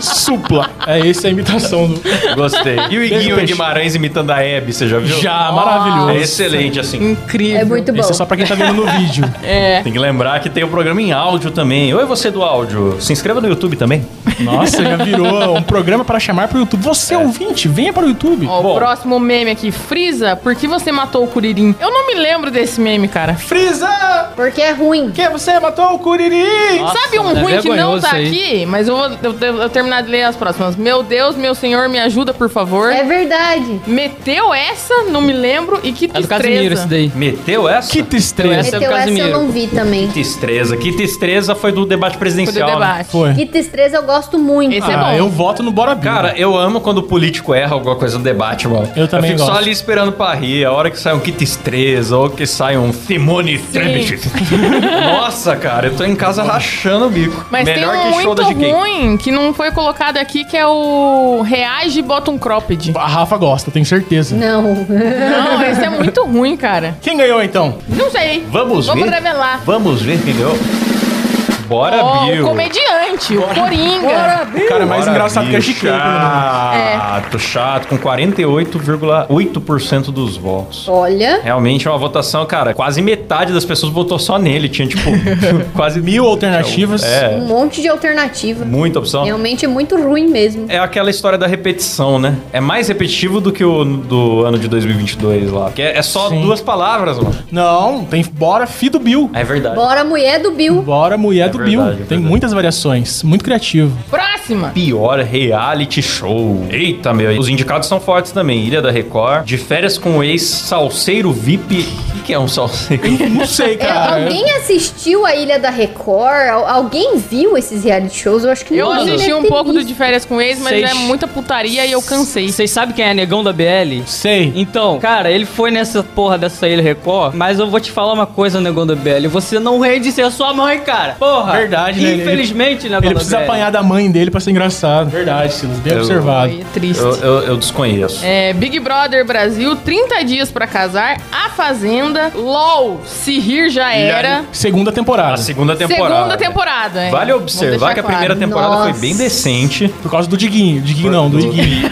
Speaker 2: Supla. É essa é a imitação do.
Speaker 1: Gostei. E o
Speaker 2: Beijo,
Speaker 1: Iguinho
Speaker 2: peixe.
Speaker 1: Guimarães imitando a Hebe, você já viu?
Speaker 2: Já, maravilhoso.
Speaker 1: É excelente, assim.
Speaker 4: Incrível.
Speaker 3: É muito bom.
Speaker 2: Esse é só pra quem tá vendo no vídeo.
Speaker 4: É.
Speaker 1: Tem que lembrar que tem o programa em áudio também. Oi, você do áudio. Se inscreva no YouTube também.
Speaker 2: Nossa, já virou um programa para chamar pro YouTube. Você, ouvinte, venha para o YouTube.
Speaker 4: Ó,
Speaker 1: Bom.
Speaker 4: o próximo meme aqui. Frieza, por que você matou o Curirim? Eu não me lembro desse meme, cara.
Speaker 2: Frieza!
Speaker 3: Porque é ruim.
Speaker 2: Que você matou o Curiri!
Speaker 5: Nossa,
Speaker 4: Sabe um
Speaker 5: é
Speaker 4: ruim que não
Speaker 5: vergonhoso
Speaker 4: tá
Speaker 5: isso aí.
Speaker 4: aqui? Mas eu vou eu, devo- eu terminar de ler as próximas. Meu Deus, meu senhor, me ajuda, por favor.
Speaker 3: É verdade.
Speaker 4: Meteu essa, não me lembro, e que
Speaker 5: É do Casimiro
Speaker 4: tristeza.
Speaker 5: esse daí.
Speaker 1: Meteu essa?
Speaker 2: Que tristeza.
Speaker 5: Essa é do
Speaker 3: Meteu essa eu
Speaker 5: Casimiro.
Speaker 3: não vi também.
Speaker 1: Destreza. Que destreza foi do debate
Speaker 5: é
Speaker 4: Foi do
Speaker 1: presidencial. né?
Speaker 4: debate.
Speaker 2: Foi.
Speaker 3: Que tristeza eu gosto muito.
Speaker 4: Esse é
Speaker 2: Ah,
Speaker 4: bom.
Speaker 2: eu voto no Bora Bill.
Speaker 1: Cara, eu amo quando o político erra alguma coisa no debate, mano.
Speaker 2: Eu também
Speaker 1: Eu fico só
Speaker 2: gosto.
Speaker 1: ali esperando pra rir. A hora que sai um que destreza ou que sai um Simone Trebich. Nossa, cara, eu tô em casa rachando o bico.
Speaker 4: Mas
Speaker 1: Melhor
Speaker 4: tem um
Speaker 1: que show
Speaker 4: muito
Speaker 1: da GK.
Speaker 4: ruim que não foi colocado aqui, que é o Reage e Bota um Cropped.
Speaker 2: A Rafa gosta, tenho certeza.
Speaker 3: Não.
Speaker 4: Não, esse é muito ruim, cara.
Speaker 2: Quem ganhou então?
Speaker 4: Não sei.
Speaker 1: Vamos
Speaker 4: Vamos
Speaker 1: ver?
Speaker 4: revelar.
Speaker 1: Vamos ver quem ganhou. Bora,
Speaker 4: Ó,
Speaker 1: Bill.
Speaker 4: o comediante, o Coringa.
Speaker 2: O cara é mais
Speaker 1: Bora,
Speaker 2: engraçado que a né?
Speaker 1: Bill,
Speaker 2: GQ.
Speaker 1: Chato, chato, com 48,8% dos votos.
Speaker 3: Olha.
Speaker 1: Realmente é uma votação, cara. Quase metade das pessoas votou só nele. Tinha, tipo, quase
Speaker 2: Mil alternativas.
Speaker 1: É,
Speaker 3: Um monte de alternativa.
Speaker 1: muita opção.
Speaker 3: Realmente é muito ruim mesmo.
Speaker 1: É aquela história da repetição, né? É mais repetitivo do que o do ano de 2022 lá. Porque é só
Speaker 2: Sim.
Speaker 1: duas palavras, mano.
Speaker 2: Não, tem bora fi do Bill.
Speaker 1: É verdade.
Speaker 3: Bora, mulher do Bill.
Speaker 2: Bora mulher
Speaker 1: É
Speaker 2: do
Speaker 1: verdade,
Speaker 2: Bill.
Speaker 1: é
Speaker 2: tem
Speaker 1: verdade.
Speaker 2: muitas variações. Muito criativo.
Speaker 4: Próxima.
Speaker 1: Pior reality show. Eita, meu. Os indicados são fortes também. Ilha da Record, de férias com o ex, salseiro VIP. O que que é um salseiro?
Speaker 2: Não sei,
Speaker 3: É,
Speaker 2: cara.
Speaker 3: alguém assistiu a Ilha da Record? Al- alguém viu esses reality shows? Eu acho que
Speaker 4: Eu
Speaker 3: ninguém né?
Speaker 4: assisti
Speaker 3: deve
Speaker 4: um
Speaker 3: ter
Speaker 4: pouco do
Speaker 3: visto.
Speaker 4: De Férias com Ex, mas
Speaker 5: Seis.
Speaker 4: é muita putaria e eu cansei.
Speaker 5: Vocês sabem quem é negão da BL?
Speaker 2: Sei.
Speaker 5: Então, cara, ele foi nessa porra dessa Ilha Record, mas eu vou te falar uma coisa, Negão da BL. Você não rende ser sua mãe, cara. Porra.
Speaker 2: Verdade, né? Ele-
Speaker 5: Infelizmente, Negão
Speaker 2: Ele
Speaker 5: da
Speaker 2: precisa
Speaker 5: BL.
Speaker 2: apanhar da mãe dele pra ser engraçado. Verdade, Silas. Bem
Speaker 1: Eu-
Speaker 2: observado.
Speaker 4: Foi triste.
Speaker 1: eu, eu- eu desconheço.
Speaker 4: É, Big Brother Brasil, 30 dias pra casar, A Fazenda, LOL, Se Rir Já Era,
Speaker 2: Segunda temporada.
Speaker 1: A segunda temporada.
Speaker 4: segunda temporada. hein?
Speaker 1: Vale
Speaker 4: Vou
Speaker 1: observar
Speaker 4: deixar
Speaker 1: que a primeira
Speaker 4: claro.
Speaker 1: temporada foi
Speaker 3: Nossa.
Speaker 1: bem decente.
Speaker 2: Por causa do Diguinho. Diguinho não, do Diguinho.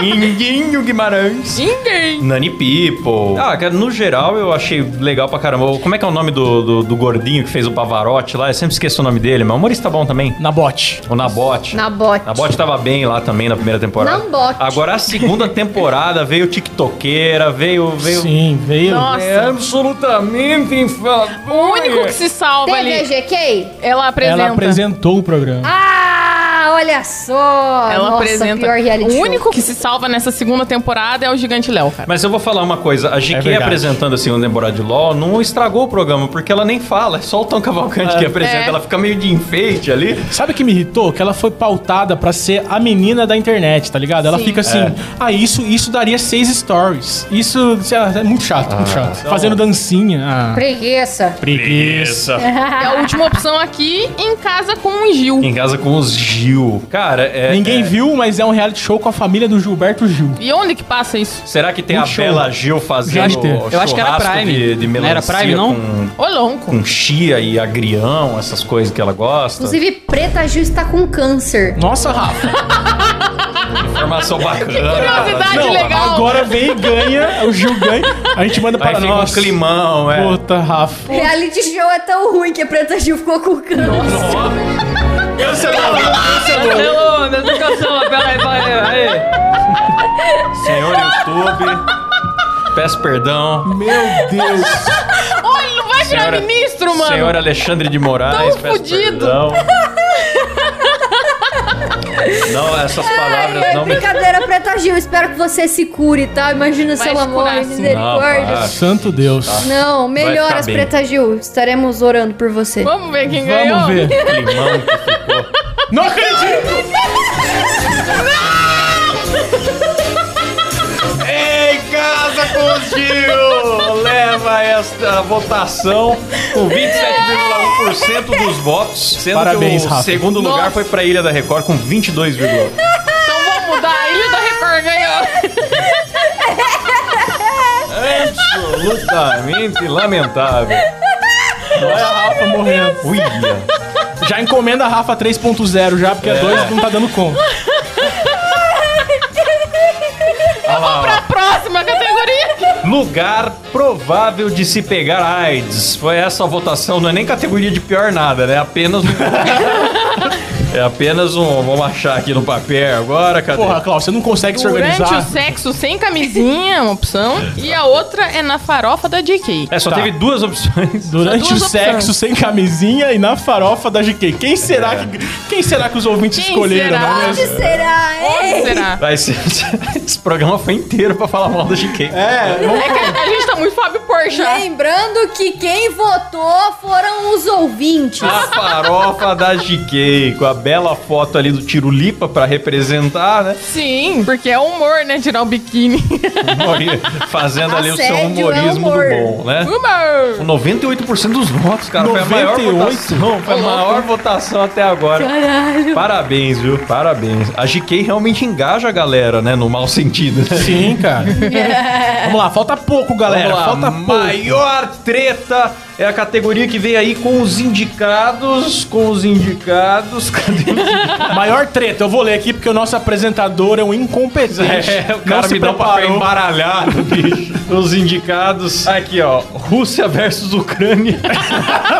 Speaker 1: Tinguinho Guimarães.
Speaker 4: Ninguém.
Speaker 1: Nani People. Ah, cara, no geral eu achei legal pra caramba. Como é que é o nome do, do, do gordinho que fez o Pavarotti lá? Eu sempre esqueço o nome dele, mas o humorista bom também.
Speaker 2: Na bote.
Speaker 1: O Nabote.
Speaker 3: Nabote.
Speaker 1: Nabote tava bem lá também na primeira temporada.
Speaker 3: Nabote.
Speaker 1: Agora a segunda temporada veio TikTokeira, veio. veio
Speaker 2: Sim, veio.
Speaker 4: Nossa.
Speaker 1: É absolutamente infalível.
Speaker 4: O único que se salva
Speaker 3: Teve a
Speaker 4: ali,
Speaker 3: GK?
Speaker 4: ela apresenta.
Speaker 2: Ela apresentou o programa.
Speaker 3: Ah, olha só!
Speaker 4: Ela
Speaker 3: Nossa,
Speaker 4: apresenta.
Speaker 3: pior reality
Speaker 4: o
Speaker 3: show.
Speaker 4: único que se salva nessa segunda temporada é o Gigante Léo, cara.
Speaker 1: Mas eu vou falar uma coisa, a GQ
Speaker 2: É verdade.
Speaker 1: apresentando a segunda temporada de LOL não estragou o programa, porque ela nem fala, é só o Tom Cavalcante que apresenta,
Speaker 4: É.
Speaker 1: ela fica meio de enfeite ali.
Speaker 2: Sabe o que me irritou? Que ela foi pautada pra ser a menina da internet, tá ligado? Ela
Speaker 4: Sim.
Speaker 2: fica assim,
Speaker 1: É.
Speaker 2: ah, isso, isso daria seis stories. Isso sei lá, é muito chato, muito chato.
Speaker 1: então-
Speaker 2: Fazendo dancinha. Ah,
Speaker 3: Preguiça.
Speaker 2: preguiça.
Speaker 4: É a última opção aqui, em casa com o Gil.
Speaker 1: Em casa com os Gil. Cara, é.
Speaker 2: Ninguém
Speaker 1: é-
Speaker 2: viu, mas é um reality show com a família do Gilberto Gil.
Speaker 4: E onde que passa isso?
Speaker 1: Será que tem
Speaker 2: Um
Speaker 1: a
Speaker 2: show.
Speaker 1: Bela Gil fazendo
Speaker 2: Deve ter.
Speaker 5: Eu acho que era
Speaker 1: churrasco
Speaker 5: Prime.
Speaker 1: De, de
Speaker 5: Não era
Speaker 1: melancia
Speaker 5: Prime, não?
Speaker 1: Com,
Speaker 4: Ô, louco.
Speaker 1: com chia e agrião, essas coisas que ela gosta.
Speaker 3: Inclusive, Preta Gil está com câncer.
Speaker 2: Nossa, Rafa.
Speaker 1: Informação bacana.
Speaker 4: curiosidade
Speaker 1: Não,
Speaker 4: legal.
Speaker 2: Agora vem e ganha, o Gil ganha. A gente manda
Speaker 1: Aí
Speaker 2: para
Speaker 1: fica um
Speaker 2: nós.
Speaker 1: climão, é.
Speaker 2: Puta, Rafa.
Speaker 3: Reality show é tão ruim que a Preta Gil ficou com câncer.
Speaker 1: Cancelou,
Speaker 5: é
Speaker 1: cancelou.
Speaker 5: Cancelou, meu Deus, cancelou. Pera aí, pera aí. aí.
Speaker 1: Senhor YouTube, peço perdão.
Speaker 2: Meu Deus.
Speaker 4: Olha, ele não vai virar
Speaker 1: Senhora-
Speaker 4: ministro, mano.
Speaker 1: Senhor Alexandre de Moraes,
Speaker 4: Tão
Speaker 1: peço
Speaker 4: fudido.
Speaker 1: perdão. Não, essas palavras
Speaker 3: Ai,
Speaker 1: não me...
Speaker 3: É brincadeira, Preta Gil. Espero que você se cure, tá? Imagina se
Speaker 4: Vai
Speaker 3: ela
Speaker 4: se curar,
Speaker 3: morre,
Speaker 4: sim.
Speaker 1: Não, vai.
Speaker 3: misericórdia.
Speaker 2: Santo Deus.
Speaker 1: Tá.
Speaker 3: Não,
Speaker 1: Vai
Speaker 3: melhoras,
Speaker 1: ficar bem.
Speaker 3: Preta Gil. Estaremos orando por você.
Speaker 4: Vamos ver quem ganhou.
Speaker 2: Vamos ver.
Speaker 1: Climão que ficou.
Speaker 2: Não acredito!
Speaker 1: Em casa com o Gil! Leva esta votação com 27,1% dos votos. Sendo
Speaker 2: Parabéns,
Speaker 1: que o
Speaker 2: Rafa.
Speaker 1: segundo lugar
Speaker 4: Nossa.
Speaker 1: foi pra Ilha da Record com 22,1%.
Speaker 4: Então vamos mudar. A Ilha da Record ganhou.
Speaker 1: Absolutamente lamentável.
Speaker 2: Olha a Rafa morrendo.
Speaker 1: William.
Speaker 2: Já encomenda a Rafa 3.0 já, porque a
Speaker 1: É.
Speaker 2: 2 não tá dando conta.
Speaker 1: Olha lá, ó.
Speaker 4: Próxima categoria.
Speaker 1: Lugar provável de se pegar AIDS. Foi essa a votação, não é nem categoria de pior nada, né? Apenas um. é apenas um. Vamos achar aqui no papel agora, cadê?
Speaker 2: Porra, Klaus, você não consegue se
Speaker 4: Durante o
Speaker 2: organizar?
Speaker 4: sexo sem camisinha, é uma opção. E a outra é na farofa da JK.
Speaker 1: É, só
Speaker 2: Tá.
Speaker 1: teve duas opções.
Speaker 2: Durante o
Speaker 4: duas
Speaker 2: sexo,
Speaker 4: opções.
Speaker 2: sem camisinha e na farofa da GQ. Quem será
Speaker 1: É.
Speaker 2: que, quem será que os ouvintes
Speaker 4: Quem
Speaker 2: escolheram,
Speaker 4: será?
Speaker 2: não é
Speaker 3: Onde
Speaker 2: mesmo?
Speaker 3: será, hein?
Speaker 4: Será?
Speaker 1: Vai ser. Esse programa foi inteiro pra falar mal da GK.
Speaker 2: É, vamos-
Speaker 4: É que a, a gente tá muito Fábio Porchat.
Speaker 3: Lembrando que quem votou foram os ouvintes.
Speaker 4: Ah.
Speaker 1: A farofa da GK, com a bela foto ali do Tirulipa pra representar, né?
Speaker 4: Sim, porque é humor, né? Tirar o biquíni.
Speaker 1: Fazendo ali o seu
Speaker 3: Assédio é
Speaker 1: humorismo
Speaker 3: humor.
Speaker 1: do bom, né?
Speaker 4: humor.
Speaker 1: 98% dos votos, cara. Foi a maior
Speaker 2: 98?
Speaker 1: votação. Foi a maior votação até agora. Parabéns, viu? Parabéns. A GK realmente engaja a galera, né? No mau sentido. né?
Speaker 2: Sim, cara. Vamos lá, falta pouco, galera.
Speaker 1: Vamos lá,
Speaker 2: Falta pouco.
Speaker 1: maior treta é a categoria que vem aí com os indicados, com os indicados. Cadê os
Speaker 2: Maior treta, eu vou ler aqui porque o nosso apresentador é um incompetente.
Speaker 1: É, o
Speaker 2: Não
Speaker 1: cara
Speaker 2: se
Speaker 1: me dá um papel
Speaker 2: preparou.
Speaker 1: embaralhado, bicho. Os indicados. Aqui, ó. Rússia versus Ucrânia.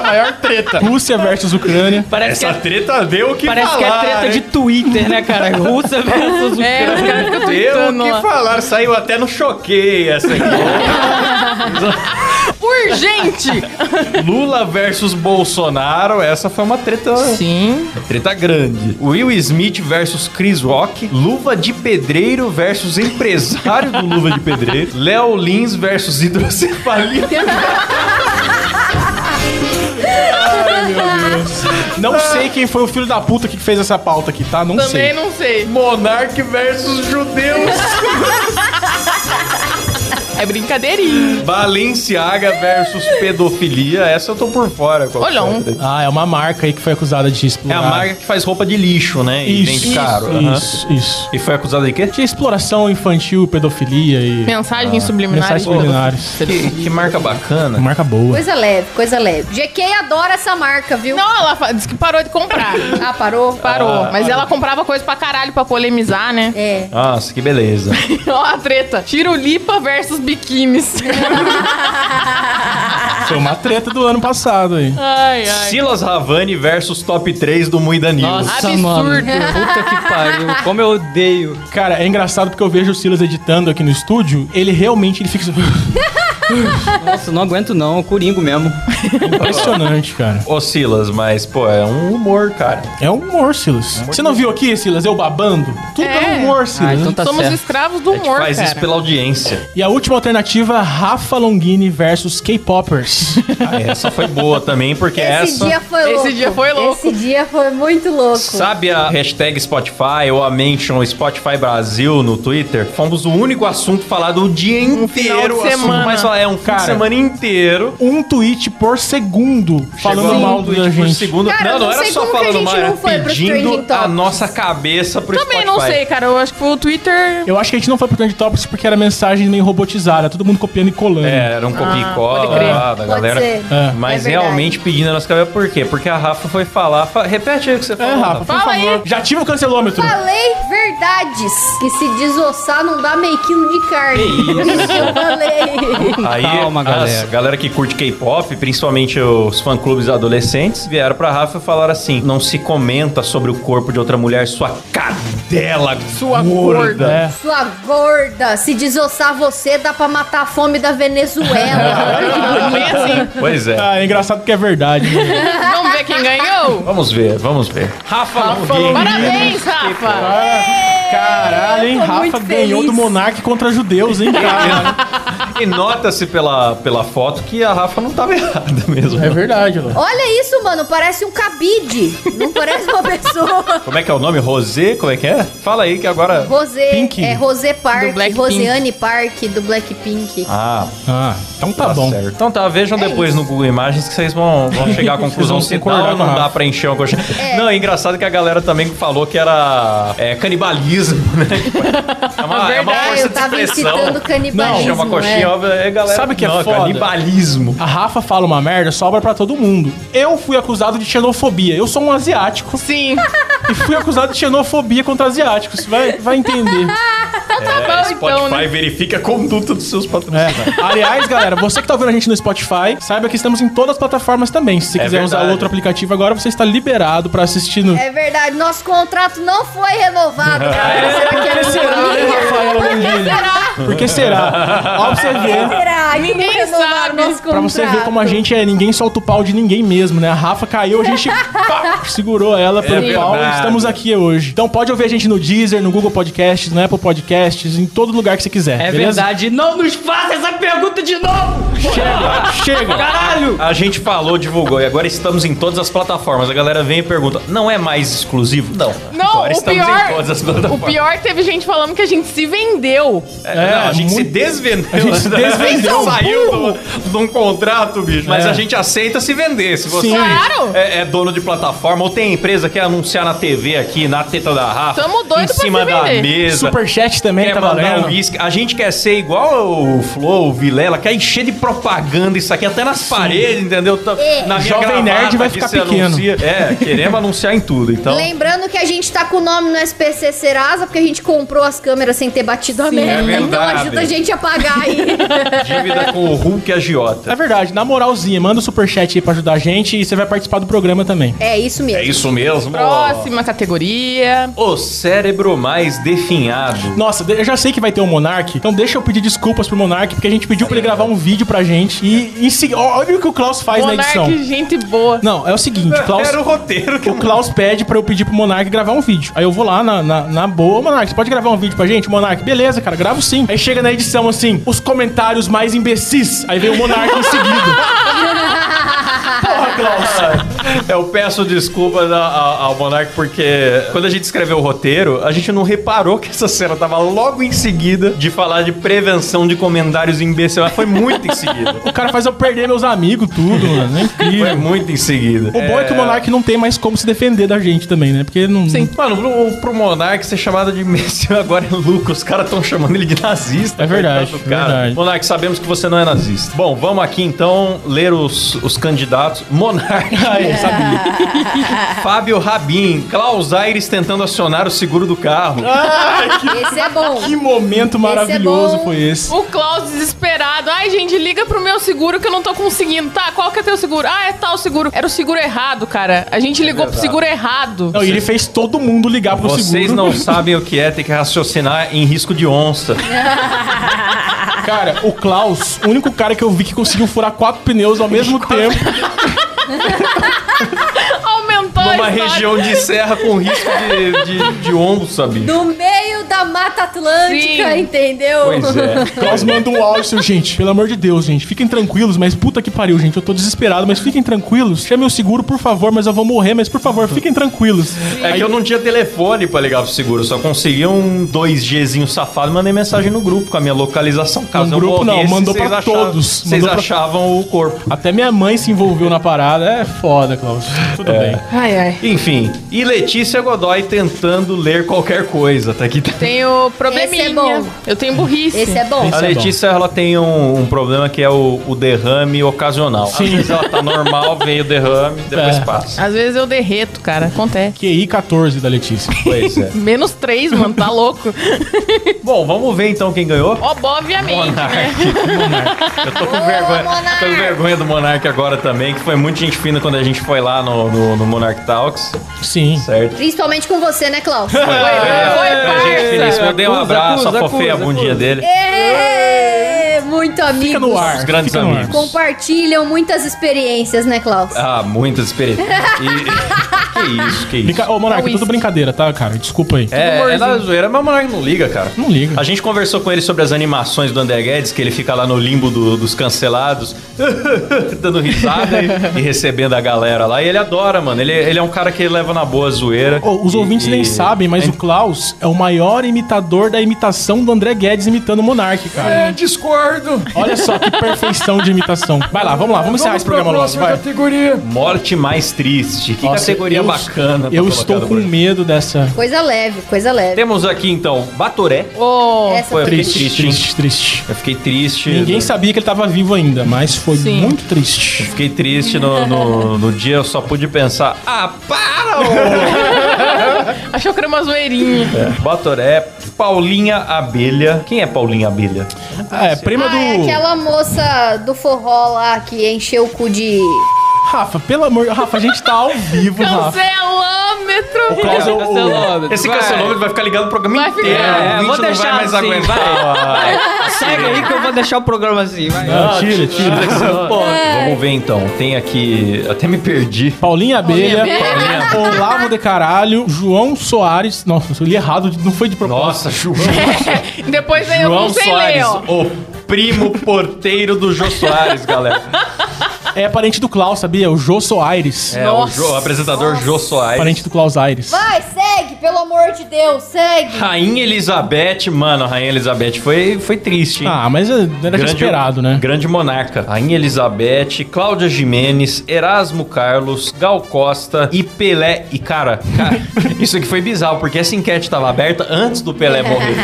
Speaker 1: maior treta.
Speaker 2: Rússia versus Ucrânia.
Speaker 5: Parece,
Speaker 1: Essa
Speaker 5: que, é,
Speaker 1: treta deu o que
Speaker 5: parece que é
Speaker 1: falar.
Speaker 5: treta de
Speaker 1: hein?
Speaker 5: Twitter, né, cara? Rússia versus
Speaker 4: É, os
Speaker 5: Ucrânia.
Speaker 4: caras ficam
Speaker 1: Deu o
Speaker 4: tweetando
Speaker 1: que
Speaker 4: lá.
Speaker 1: falar. Saiu até no choquei essa aqui.
Speaker 4: Urgente!
Speaker 1: Lula versus Bolsonaro. Essa foi uma treta.
Speaker 4: Sim.
Speaker 1: Treta grande. Will Smith versus Chris Rock. Luva de pedreiro versus empresário do Luva de Pedreiro. Léo Lins versus hidrocefalia.
Speaker 2: Não sei quem foi o filho da puta que fez essa pauta aqui, tá? Não
Speaker 4: Também
Speaker 2: sei.
Speaker 4: não sei.
Speaker 1: Monarque versus judeus.
Speaker 4: É brincadeirinha.
Speaker 1: Balenciaga versus pedofilia. Essa eu tô por fora. qual
Speaker 4: Olha,
Speaker 1: que é?
Speaker 4: um-
Speaker 2: Ah, é uma marca aí que foi acusada de
Speaker 1: É a
Speaker 2: explorar.
Speaker 1: marca que faz roupa de lixo, né? E
Speaker 2: Isso,
Speaker 1: vende caro.
Speaker 2: isso,
Speaker 1: aham.
Speaker 2: isso, isso.
Speaker 1: E foi acusada de quê?
Speaker 2: De exploração infantil, pedofilia e...
Speaker 4: Mensagens subliminares.
Speaker 2: mensagens subliminares.
Speaker 1: Que, que marca bacana.
Speaker 2: Marca boa.
Speaker 3: Coisa leve, coisa leve. GK adora essa marca, viu?
Speaker 4: Não, ela fa- disse que parou de comprar.
Speaker 3: Ah, parou?
Speaker 4: Parou. mas ela comprava coisa pra caralho pra polemizar, né?
Speaker 3: É.
Speaker 1: Nossa, que beleza.
Speaker 4: Ó a treta. Tirulipa versus biquínis. é.
Speaker 2: Foi uma treta do ano passado aí.
Speaker 4: ai, ai.
Speaker 1: Silas Ravani versus top 3 do Mui Danilo.
Speaker 5: Nossa,
Speaker 4: Absurdo.
Speaker 5: mano. Puta que pariu. Como eu odeio.
Speaker 2: Cara, é engraçado porque eu vejo o Silas editando aqui no estúdio, ele realmente ele fica
Speaker 5: Nossa, não aguento não. Eu Coringo mesmo.
Speaker 2: impressionante, cara.
Speaker 1: Ô Silas, mas pô, é um humor, cara.
Speaker 2: É um humor, Silas. Você não viu aqui, Silas, eu babando? Tudo é,
Speaker 4: É.
Speaker 2: humor, Silas.
Speaker 5: Ah, então tá
Speaker 4: Somos
Speaker 5: certo.
Speaker 4: escravos do
Speaker 1: A gente
Speaker 4: humor,
Speaker 1: faz
Speaker 4: cara.
Speaker 1: isso pela audiência.
Speaker 2: E a última alternativa, Rafa Longini versus K-Poppers.
Speaker 1: Ah, essa foi boa também, porque
Speaker 3: Esse
Speaker 1: essa.
Speaker 3: dia foi
Speaker 4: Esse
Speaker 3: louco.
Speaker 4: dia foi louco.
Speaker 3: Esse dia foi muito louco.
Speaker 1: Sabe a hashtag Spotify ou a mention Spotify Brasil no Twitter? Fomos o único assunto falado o dia inteiro.
Speaker 4: final de
Speaker 1: o assunto
Speaker 4: semana.
Speaker 1: mais falado- é um fim de
Speaker 2: Cara.
Speaker 1: semana inteiro.
Speaker 2: um tweet por segundo falando
Speaker 1: Chegou a
Speaker 2: mal
Speaker 1: um tweet
Speaker 2: da
Speaker 1: por
Speaker 2: gente.
Speaker 1: segundo.
Speaker 3: Cara, eu
Speaker 1: não, não,
Speaker 3: não
Speaker 1: era
Speaker 3: sei
Speaker 1: só
Speaker 3: como que a
Speaker 1: falando
Speaker 3: gente
Speaker 1: mal, era
Speaker 3: não foi então. pros
Speaker 1: pedindo
Speaker 3: trending
Speaker 1: a
Speaker 3: tops.
Speaker 1: nossa cabeça pro
Speaker 4: Também
Speaker 1: Spotify.
Speaker 4: não sei, cara. Eu acho que foi o Twitter.
Speaker 2: Eu acho que a gente não foi pro Trend Topics porque era mensagem meio robotizada, todo mundo copiando e colando.
Speaker 1: É, era um copia e cola
Speaker 4: pode crer.
Speaker 1: lá da
Speaker 3: Ah, Pode
Speaker 1: galera.
Speaker 3: ser.
Speaker 2: É.
Speaker 1: Mas
Speaker 3: É verdade.
Speaker 1: realmente pedindo a nossa cabeça, por quê? Porque a Rafa foi falar. fa- Repete aí o que você
Speaker 2: É,
Speaker 1: falou.
Speaker 2: Rafa, por
Speaker 4: Fala aí.
Speaker 2: favor. Já tive o cancelômetro.
Speaker 3: Falei verdades. Que se desossar não dá meio quilo de carne. Isso eu falei.
Speaker 1: Aí,
Speaker 5: Calma,
Speaker 1: as-
Speaker 5: galera.
Speaker 1: galera que curte K-pop, principalmente os fã-clubes adolescentes, vieram pra Rafa e falaram assim: não se comenta sobre o corpo de outra mulher, sua cadela
Speaker 4: Sua gorda.
Speaker 2: É.
Speaker 3: Sua gorda, se desossar você, dá pra matar a fome da Venezuela. Olha que bonito.
Speaker 4: Bem assim.
Speaker 1: Pois é.
Speaker 2: Ah, é engraçado porque é verdade. né?
Speaker 4: Vamos ver quem ganhou?
Speaker 1: Vamos ver, vamos ver. Rafa, Longini.
Speaker 4: Parabéns, Rafa.
Speaker 2: Caralho, hein?
Speaker 3: Eu tô
Speaker 2: Rafa
Speaker 3: muito
Speaker 2: ganhou
Speaker 3: feliz.
Speaker 2: do Monark contra judeus, hein, cara?
Speaker 1: E nota-se pela, pela foto que a Rafa não tava errada mesmo.
Speaker 2: é verdade, Lô.
Speaker 3: Olha isso, mano. Parece um cabide. Não parece uma pessoa.
Speaker 1: Como é que é o nome? Rosé? Como é que é? Fala aí que agora.
Speaker 3: Rosé.
Speaker 2: Pink.
Speaker 3: É Rosé Park.
Speaker 4: Do Blackpink.
Speaker 3: Roseane Park do Blackpink.
Speaker 1: Ah,
Speaker 2: Ah, então tá bom.
Speaker 1: certo. Então tá, vejam depois no Google Imagens que vocês vão, vão chegar à conclusão se
Speaker 2: Vocês vão
Speaker 1: dá ou
Speaker 2: concordar com
Speaker 1: não
Speaker 2: a
Speaker 1: dá
Speaker 2: Rafa.
Speaker 1: pra encher uma coxa. Não, é engraçado que a galera também falou que era é, canibalismo, né? É uma, é uma
Speaker 4: Verdade,
Speaker 1: força
Speaker 3: eu
Speaker 1: de
Speaker 3: tava
Speaker 1: expressão.
Speaker 3: incitando canibalismo.
Speaker 1: Chama
Speaker 3: é.
Speaker 1: coxinha, óbvio, é galera.
Speaker 2: Sabe o que é
Speaker 1: não,
Speaker 2: foda?
Speaker 1: Canibalismo.
Speaker 2: A Rafa fala uma merda, sobra pra todo mundo. Eu fui acusado de xenofobia. Eu sou um asiático
Speaker 4: Sim.
Speaker 2: e fui acusado de xenofobia contra asiáticos. Vai, vai entender.
Speaker 4: Tá bom, então, né?
Speaker 1: É, verifica a conduta dos seus patrocinadores.
Speaker 2: É. Aliás, galera, você que tá ouvindo a gente no Spotify, saiba que estamos em todas as plataformas também. Se você
Speaker 1: É
Speaker 2: quiser usar
Speaker 1: verdade.
Speaker 2: outro aplicativo agora, você está liberado pra assistir no.
Speaker 3: É verdade, nosso contrato não foi renovado, galera.
Speaker 2: É,
Speaker 3: Será que é
Speaker 2: por que será,
Speaker 3: culpa
Speaker 2: né,
Speaker 3: minha?
Speaker 2: Rafaela Longini? Por que será? Ó, pra você ver.
Speaker 3: Será? Que
Speaker 4: Ninguém
Speaker 3: não renovaram
Speaker 4: sabe.
Speaker 3: nosso
Speaker 2: Pra você ver
Speaker 3: contrato?
Speaker 2: como a gente é, ninguém solta o pau de ninguém mesmo, né? A Rafa caiu, a gente pá, segurou ela pelo
Speaker 1: É
Speaker 2: pau e
Speaker 1: verdade.
Speaker 2: estamos aqui hoje. Então pode ouvir a gente no Deezer, no Google Podcasts, no Apple Podcasts, em todo lugar que você quiser.
Speaker 5: É
Speaker 2: beleza?
Speaker 5: verdade. Não nos faça essa pergunta de novo.
Speaker 2: Chega, chega.
Speaker 5: Caralho.
Speaker 1: A gente falou, divulgou e agora estamos em todas as plataformas. A galera vem e pergunta: não é mais exclusivo? Não.
Speaker 4: Não,
Speaker 1: agora
Speaker 4: o
Speaker 1: estamos
Speaker 4: pior,
Speaker 1: em todas as
Speaker 4: o
Speaker 1: plataformas.
Speaker 4: pior teve gente falando que a gente se vendeu.
Speaker 2: É, É,
Speaker 1: não, a gente se
Speaker 2: muito-
Speaker 1: desvendeu.
Speaker 2: a gente se desvendeu.
Speaker 1: saiu do- de um contrato, bicho. Mas
Speaker 2: É.
Speaker 1: a gente aceita se vender. Se você
Speaker 2: Sim.
Speaker 4: Claro.
Speaker 1: é, é dono de plataforma ou tem empresa que quer anunciar na TV aqui, na teta da Rafa,
Speaker 4: Tamo doido
Speaker 1: em
Speaker 4: pra
Speaker 1: cima
Speaker 4: se
Speaker 1: da
Speaker 4: vender.
Speaker 1: mesa.
Speaker 2: Superchat também
Speaker 1: Quer
Speaker 2: tá
Speaker 1: mandar
Speaker 2: valendo.
Speaker 1: um uísque. A gente quer ser igual o Flow, o Vilela, quer encher de propaganda isso aqui, até nas paredes, entendeu? Tá- Na minha
Speaker 2: Jovem
Speaker 1: gravata
Speaker 2: Nerd vai
Speaker 1: que
Speaker 2: ficar
Speaker 1: você
Speaker 2: pequeno.
Speaker 1: anuncia. É, queremos anunciar em tudo, então.
Speaker 3: Lembrando que a gente tá com o nome no SPC Serasa, porque a gente comprou as câmeras sem ter batido a merda. então
Speaker 1: é verdade.
Speaker 3: ajuda a gente a pagar aí.
Speaker 1: Dívida com o Hulk agiota.
Speaker 2: É verdade, na moralzinha, manda o superchat aí pra ajudar a gente e você vai participar do programa também.
Speaker 3: é isso mesmo.
Speaker 1: É isso mesmo.
Speaker 4: Próxima categoria.
Speaker 1: O cérebro mais definhado.
Speaker 2: Nossa, de- eu já sei que vai ter um Monark, então deixa eu pedir desculpas pro Monark, porque a gente pediu pra ele gravar um vídeo pra gente e em seguida. Olha o que o Klaus faz na
Speaker 4: Monarque,
Speaker 2: edição.
Speaker 4: gente boa.
Speaker 2: Não, é o seguinte, Klaus.
Speaker 1: Era o roteiro que
Speaker 2: O Klaus pede pra eu pedir pro Monark gravar um vídeo. Aí eu vou lá na, na, na boa, "Ô, Monark, você pode gravar um vídeo pra gente? Monark, beleza, cara, gravo sim. Aí chega na edição assim, os comentários mais imbecis. Aí vem o Monark em seguida.
Speaker 1: Porra, Klaus! Eu peço desculpas a- a- ao Monark porque quando a gente escreveu o roteiro, a gente não reparou que essa cena tava logo em seguida de falar de prevenção de comentários imbecil. Mas Foi muito em seguida.
Speaker 2: O cara faz eu perder meus amigos, tudo, mano. É
Speaker 1: Foi
Speaker 2: incrível.
Speaker 1: muito em seguida.
Speaker 2: O bom é que o Monark não tem mais como se defender da gente também, né? Porque não.
Speaker 4: Sim.
Speaker 1: Mano, pro, pro Monark ser chamado de imbecil agora é lucro. Os caras estão chamando ele de nazista.
Speaker 2: É verdade,
Speaker 1: coitado do cara.
Speaker 2: verdade.
Speaker 1: Monark, sabemos que você não é nazista. Bom, vamos aqui então ler os, os candidatos. Monark, eu sabia. Fábio Rabin, Klaus Aires tentando acionar o seguro do carro.
Speaker 2: Ah,
Speaker 3: Esse é bom.
Speaker 2: Que momento maravilhoso
Speaker 3: bom.
Speaker 2: foi esse.
Speaker 4: O Klaus desesperado. Ai, gente, liga pro meu seguro que eu não tô conseguindo. Tá, qual que é teu seguro? Ah, é tal seguro. Era o seguro errado, cara. A gente ligou pro
Speaker 1: É verdade.
Speaker 4: seguro errado.
Speaker 2: Não, e ele fez todo mundo ligar pro
Speaker 1: Vocês
Speaker 2: seguro.
Speaker 1: não sabem o que é ter que raciocinar em risco de onça.
Speaker 2: Cara, o Klaus, o único cara que eu vi que conseguiu furar quatro pneus ao mesmo tempo.
Speaker 4: Aumentou a
Speaker 1: Numa
Speaker 4: história.
Speaker 1: região de serra com risco de, de, de onça, bicho.
Speaker 3: No meio da Mata Atlântica,
Speaker 4: Sim.
Speaker 3: entendeu?
Speaker 1: Pois é.
Speaker 2: Klaus manda um áudio, seu gente. Pelo amor de Deus, gente. Fiquem tranquilos, mas puta que pariu, gente. Eu tô desesperado, mas fiquem tranquilos. Chame o seguro, por favor, mas eu vou morrer, mas por favor, fiquem tranquilos.
Speaker 1: É que eu não tinha telefone pra ligar pro seguro, só conseguia um 2Gzinho safado e mandei mensagem no grupo com a minha localização. Caso
Speaker 2: No
Speaker 1: eu
Speaker 2: grupo não,
Speaker 1: morresse,
Speaker 2: mandou
Speaker 1: vocês
Speaker 2: pra
Speaker 1: achavam-
Speaker 2: todos.
Speaker 1: Vocês
Speaker 2: Mandou pra-
Speaker 1: achavam o corpo.
Speaker 2: Até minha mãe se envolveu na parada. É foda, Klaus. Tudo bem.
Speaker 4: Ai, ai.
Speaker 1: Enfim, e Letícia Godoy tentando ler qualquer coisa. Tá aqui também.
Speaker 4: Tenho probleminha.
Speaker 3: Esse é bom.
Speaker 4: Eu tenho burrice.
Speaker 3: Esse é bom.
Speaker 1: A
Speaker 2: Isso é
Speaker 1: Letícia, ela tem um, um problema que é o, o derrame ocasional. Às
Speaker 2: Sim.
Speaker 1: vezes ela tá normal, veio o derrame, depois
Speaker 2: É.
Speaker 1: passa.
Speaker 4: Às vezes eu derreto, cara. Acontece.
Speaker 2: QI 14 da Letícia.
Speaker 1: Pois é.
Speaker 4: Menos três, mano. Tá louco.
Speaker 1: Bom, vamos ver então quem ganhou.
Speaker 4: Ó, oh, bom, obviamente, né?
Speaker 1: Monark, Monark. Eu tô com, vergonha,
Speaker 3: Monark.
Speaker 1: tô com vergonha do Monark agora também, que foi muito gente fina quando a gente foi lá no, no, no Monark Talks,
Speaker 2: Sim.
Speaker 1: certo?
Speaker 3: Principalmente com você, né, Klaus?
Speaker 1: Foi gente finíssima. Eu dei um
Speaker 5: Acusa,
Speaker 1: abraço,
Speaker 5: acusa,
Speaker 1: afofei a
Speaker 5: acusa,
Speaker 1: bundinha
Speaker 5: acusa.
Speaker 1: dele.
Speaker 3: Ê, Muito amigo.
Speaker 2: Fica no ar.
Speaker 1: Os grandes
Speaker 2: fica no ar.
Speaker 1: amigos.
Speaker 3: Compartilham muitas experiências, né, Klaus?
Speaker 1: Ah, muitas experiências. E- e- que isso, que isso.
Speaker 2: Brinca... Ô, Monarca,
Speaker 4: É o
Speaker 2: tudo
Speaker 4: uísque.
Speaker 2: brincadeira, tá, cara? Desculpa aí.
Speaker 1: É, é da zoeira, mas o Monark não liga, cara.
Speaker 2: Não liga.
Speaker 1: A gente conversou com ele sobre as animações do André Guedes, que ele fica lá no limbo do- dos cancelados, dando risada e, e recebendo a galera lá. E ele adora, mano. Ele, ele é um cara que leva na boa a zoeira.
Speaker 2: Ô, os
Speaker 1: E-
Speaker 2: ouvintes
Speaker 1: e-
Speaker 2: nem sabem, mas o Klaus é o maior imitador da imitação do André Guedes imitando o Monark, cara.
Speaker 1: É, discordo.
Speaker 2: Olha só que perfeição de imitação. Vai lá, vamos lá, vamos encerrar esse programa logo. Vai.
Speaker 1: Morte mais triste. Que
Speaker 2: Nossa,
Speaker 1: categoria
Speaker 2: eu-
Speaker 1: bacana. pra
Speaker 2: Eu
Speaker 1: colocar
Speaker 2: estou
Speaker 1: no
Speaker 2: com
Speaker 1: programa.
Speaker 2: medo dessa.
Speaker 3: Coisa leve, coisa leve.
Speaker 1: Temos aqui, então, Batoré.
Speaker 4: Ô,
Speaker 3: Essa
Speaker 1: Foi
Speaker 3: foi
Speaker 1: Fiquei
Speaker 2: Triste,
Speaker 1: triste,
Speaker 2: triste,
Speaker 1: hein?
Speaker 2: triste,
Speaker 1: Eu fiquei triste.
Speaker 2: Ninguém
Speaker 1: Eu
Speaker 2: sabia que ele tava vivo ainda, mas foi
Speaker 4: Sim.
Speaker 2: muito triste.
Speaker 1: Fiquei triste no, no, no dia, eu só pude pensar. Ah, para! ô!"
Speaker 4: achou que era uma zoeirinha.
Speaker 2: É.
Speaker 1: Batoré, Paulinha Abelha. Quem é Paulinha Abelha? tá
Speaker 2: Ah, é, prima
Speaker 3: Ah,
Speaker 2: do.
Speaker 3: é aquela moça do forró lá que encheu o cu de.
Speaker 2: Rafa, pelo amor. Rafa, a gente tá ao vivo, Rafa. O
Speaker 4: Cancelômetro.
Speaker 2: Klaus é o.
Speaker 5: Cancelou,
Speaker 1: Esse
Speaker 5: vai.
Speaker 1: cancelômetro vai ficar ligado no programa
Speaker 4: Vai
Speaker 1: inteiro.
Speaker 4: ficar.
Speaker 1: o
Speaker 5: É,
Speaker 1: ouvinte
Speaker 5: vou
Speaker 1: não
Speaker 5: deixar
Speaker 1: vai mais
Speaker 5: assim,
Speaker 1: aguentar.
Speaker 5: Segue aí que eu vou deixar o programa assim, vai.
Speaker 1: Ah,
Speaker 2: Não, tira, tira.
Speaker 1: Vamos ver então. Tem aqui. Até me perdi.
Speaker 2: Paulinha Abelha,
Speaker 1: Abelha.
Speaker 2: Olavo de Caralho, João Soares. Nossa, eu li errado, não foi de propósito.
Speaker 1: Nossa, João,
Speaker 4: Depois vem eu
Speaker 1: é. João
Speaker 4: não sei ler,
Speaker 1: Soares,
Speaker 4: ó.
Speaker 1: o primo porteiro do Jô Soares, galera.
Speaker 2: É parente do Klaus, sabia? O Jô Soares.
Speaker 1: É,
Speaker 4: Nossa.
Speaker 1: o, Jô- o apresentador Jô Soares.
Speaker 2: Parente do Klaus Aires.
Speaker 3: Vai, segue, pelo amor de Deus, segue.
Speaker 1: Rainha Elizabeth, mano, Rainha Elizabeth foi, foi triste, hein?
Speaker 2: Ah, mas é- era já esperado, né?
Speaker 1: Grande monarca. Rainha Elizabeth, Cláudia Jimenez, Erasmo Carlos, Gal Costa e Pelé. E, cara, cara, isso aqui foi bizarro, porque essa enquete tava aberta antes do Pelé morrer.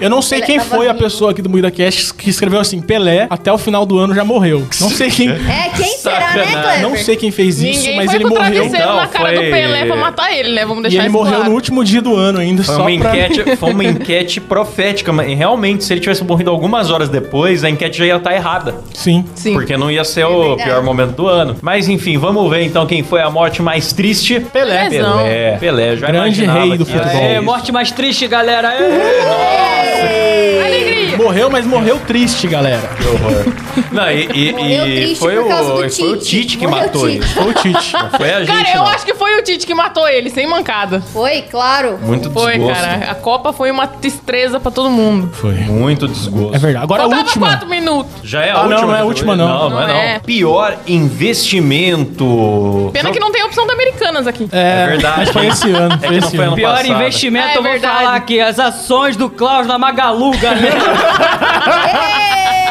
Speaker 2: Eu não sei
Speaker 3: Pelé
Speaker 2: quem
Speaker 4: tá
Speaker 3: tava
Speaker 2: foi a
Speaker 3: vivo.
Speaker 2: pessoa aqui do Moída Cast que escreveu assim, Pelé, até o final do ano já morreu. Não sei quem... tá,
Speaker 3: É, quem será, né,
Speaker 1: Sacanagem.
Speaker 3: Kleber?
Speaker 2: Não sei quem fez isso,
Speaker 4: Ninguém
Speaker 2: mas
Speaker 4: foi
Speaker 2: ele
Speaker 4: com o
Speaker 2: morreu. então,
Speaker 4: travesseiro
Speaker 1: Não,
Speaker 4: na cara
Speaker 1: foi-
Speaker 4: do Pelé pra matar ele, né? Vamos
Speaker 2: E
Speaker 4: deixar
Speaker 2: ele
Speaker 4: isso
Speaker 2: morreu
Speaker 4: claro.
Speaker 2: no último dia do ano ainda,
Speaker 1: Foi
Speaker 2: só
Speaker 1: uma,
Speaker 2: pra...
Speaker 1: enquete, foi uma enquete profética, mas realmente, se ele tivesse morrido algumas horas depois, a enquete já ia estar errada.
Speaker 2: Sim.
Speaker 4: Sim.
Speaker 1: Porque não ia ser o
Speaker 3: É verdade.
Speaker 1: pior momento do ano. Mas enfim, vamos ver então quem foi a morte mais triste. Pelé.
Speaker 4: Pelézão.
Speaker 1: Pelé. Pelé, já
Speaker 2: Grande
Speaker 1: imaginava
Speaker 2: rei do
Speaker 1: que-
Speaker 2: futebol.
Speaker 1: Aê,
Speaker 5: É,
Speaker 1: mo-
Speaker 5: morte mais triste, galera. É.
Speaker 4: Alegria!
Speaker 2: Morreu, mas morreu triste, galera.
Speaker 1: que horror. Não, e, e-
Speaker 3: Morreu
Speaker 1: e
Speaker 3: triste
Speaker 1: foi,
Speaker 3: por
Speaker 1: o,
Speaker 3: causa do
Speaker 1: foi o
Speaker 3: Tite.
Speaker 1: Tite que
Speaker 3: Morreu
Speaker 1: matou
Speaker 3: o Tite.
Speaker 1: ele.
Speaker 2: Foi o Tite.
Speaker 1: Não foi a gente,
Speaker 4: Cara, eu
Speaker 2: né?
Speaker 1: não.
Speaker 4: acho que foi o Tite que matou ele, sem mancada.
Speaker 3: Foi, claro.
Speaker 1: Muito
Speaker 4: Foi,
Speaker 1: desgosto.
Speaker 4: cara. A Copa foi uma tristeza pra todo mundo.
Speaker 2: Foi.
Speaker 1: Muito desgosto.
Speaker 2: É verdade. Agora a
Speaker 4: Faltava
Speaker 2: última.
Speaker 4: quatro minutos.
Speaker 1: Já é a
Speaker 2: Ah, não,
Speaker 1: última.
Speaker 2: não é a
Speaker 1: categoria?
Speaker 2: última, não.
Speaker 1: Não, não, é,
Speaker 4: Não
Speaker 1: não.
Speaker 4: é.
Speaker 1: Pior investimento.
Speaker 4: Pena que não tem opção da Americanas aqui.
Speaker 2: É,
Speaker 1: É verdade. É
Speaker 2: Mas foi esse ano.
Speaker 1: que
Speaker 2: Foi
Speaker 1: não
Speaker 2: esse
Speaker 1: foi
Speaker 2: ano.
Speaker 1: ano
Speaker 5: Pior
Speaker 1: Passada.
Speaker 5: investimento,
Speaker 4: É
Speaker 5: eu vou
Speaker 4: verdade.
Speaker 5: falar aqui. As ações do Klaus na né? Magalu, galera.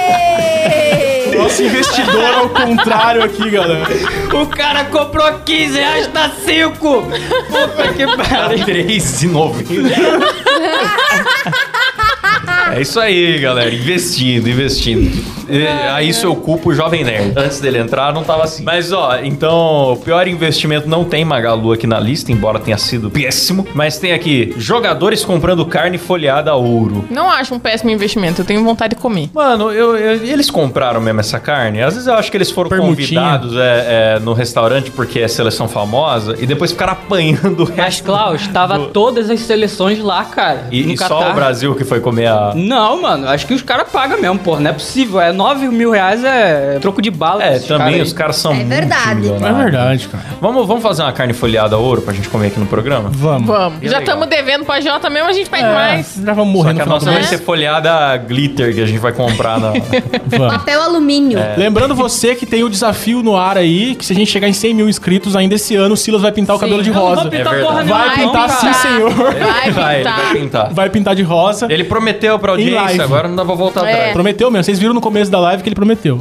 Speaker 3: Ei!
Speaker 2: Nosso investidor ao contrário aqui, galera.
Speaker 5: o cara comprou 15 reais, tá 5. Puta que pariu.
Speaker 1: 3 de novembro. É isso aí, galera. Investindo, investindo. E, a isso eu culpo o Jovem Nerd. Antes dele entrar, não tava assim. Mas, ó, então, o pior investimento não tem Magalu aqui na lista, embora tenha sido péssimo. Mas tem aqui, jogadores comprando carne folheada a ouro.
Speaker 4: Não acho um péssimo investimento, eu tenho vontade de comer.
Speaker 1: Mano, eu, eu- eles compraram mesmo essa carne? Às vezes eu acho que eles foram
Speaker 2: Permutinha.
Speaker 1: convidados é, é, no restaurante porque é seleção famosa e depois ficaram apanhando o
Speaker 5: Mas,
Speaker 1: resto.
Speaker 5: Klaus, tava todas as seleções lá, cara.
Speaker 1: E,
Speaker 5: no
Speaker 1: e só
Speaker 5: Catar.
Speaker 1: o Brasil que foi comer a,
Speaker 5: Não, mano, acho que os caras pagam mesmo, porra. Não é possível. É 9 mil reais é troco de bala.
Speaker 1: É,
Speaker 5: desses caras
Speaker 1: também
Speaker 5: aí.
Speaker 1: os caras são
Speaker 3: É
Speaker 1: muito
Speaker 3: verdade.
Speaker 2: É
Speaker 1: milionários.
Speaker 2: verdade, cara.
Speaker 1: Vamos, vamos fazer uma carne folhada a ouro pra gente comer aqui no programa?
Speaker 2: Vamos.
Speaker 4: Vamos.
Speaker 1: Que
Speaker 4: Já
Speaker 1: legal.
Speaker 4: estamos devendo pra Jota mesmo, a gente pede
Speaker 2: É,
Speaker 4: mais.
Speaker 2: já vamos
Speaker 1: Só
Speaker 2: morrer no
Speaker 1: que a
Speaker 2: final do
Speaker 1: nossa vai
Speaker 2: mês.
Speaker 1: ser folhada glitter que a gente vai comprar na...
Speaker 2: Vamos.
Speaker 3: Papel alumínio.
Speaker 2: Lembrando você que tem o desafio no ar aí, que se a gente chegar em 100 mil inscritos ainda esse ano, o Silas vai pintar o
Speaker 4: Sim.
Speaker 2: cabelo de
Speaker 4: Eu
Speaker 5: Eu não
Speaker 2: rosa.
Speaker 5: vou pintar
Speaker 1: É
Speaker 5: porra
Speaker 1: verdade.
Speaker 2: Vai
Speaker 5: nenhuma,
Speaker 2: pintar
Speaker 5: não,
Speaker 2: sim,
Speaker 5: cara.
Speaker 2: senhor.
Speaker 4: Vai,
Speaker 1: vai, vai
Speaker 4: pintar.
Speaker 1: pintar.
Speaker 2: Vai pintar de rosa.
Speaker 1: Ele prometeu pra
Speaker 2: live.
Speaker 1: audiência, agora não dá pra voltar
Speaker 4: É.
Speaker 1: atrás.
Speaker 2: Prometeu mesmo. Vocês viram no começo da live que ele prometeu.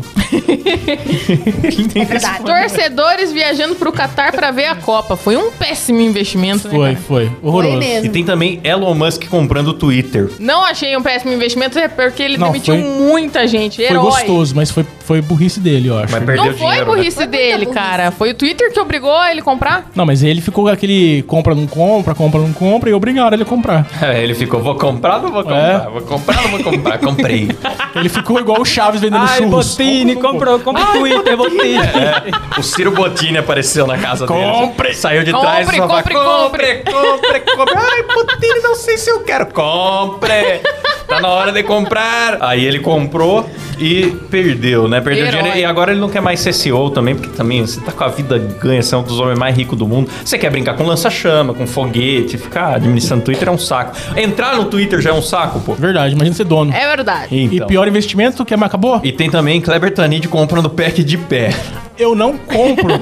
Speaker 3: É verdade.
Speaker 4: Torcedores viajando pro Catar pra ver a Copa. Foi um péssimo investimento, né,
Speaker 2: Foi,
Speaker 4: cara?
Speaker 2: foi.
Speaker 3: Foi
Speaker 2: Horroroso.
Speaker 1: E
Speaker 3: mesmo.
Speaker 1: tem também Elon Musk comprando o Twitter.
Speaker 4: Não achei um péssimo investimento, é porque ele
Speaker 2: Não,
Speaker 4: demitiu
Speaker 2: foi-
Speaker 4: muita gente.
Speaker 2: Foi
Speaker 4: Herói.
Speaker 2: gostoso, mas foi, foi burrice dele, eu acho.
Speaker 1: Mas perdeu
Speaker 4: Não foi
Speaker 1: dinheiro. né?
Speaker 4: burrice
Speaker 3: Foi muita
Speaker 4: dele,
Speaker 3: burrice.
Speaker 4: cara. Foi o Twitter que obrigou ele a comprar.
Speaker 2: Não, mas ele ficou aquele compra, não compra, compra, não compra, e obrigaram ele a comprar.
Speaker 1: É, ele ficou, vou comprar ou não vou comprar? Vou comprar ou não vou comprar? Comprei.
Speaker 2: Ele ficou igual o Chaves vendendo
Speaker 5: Ai,
Speaker 2: churros.
Speaker 5: Botini, comprou, comprou o Twitter, Botini.
Speaker 1: É. O Ciro Bottini apareceu na casa dele. Compre! Saiu de
Speaker 4: Compre,
Speaker 1: trás do sofá.
Speaker 4: compre, compre.
Speaker 1: compre, compre. Ai, Bottini, não sei se eu quero. Compre! Tá na hora de comprar. Aí ele comprou e perdeu, né? Perdeu
Speaker 4: Herói.
Speaker 1: dinheiro. E agora ele não quer mais ser CEO também, porque também você tá com a vida ganha, você é um dos homens mais ricos do mundo. Você quer brincar com lança-chama, com foguete, ficar administrando Twitter é um saco. Entrar no Twitter já é um saco, pô.
Speaker 2: Verdade, imagina ser dono.
Speaker 4: É verdade.
Speaker 1: Então.
Speaker 2: E pior investimento, que é, mas acabou?
Speaker 1: E tem também Kleber Tanid comprando pack de pé.
Speaker 2: Eu não compro.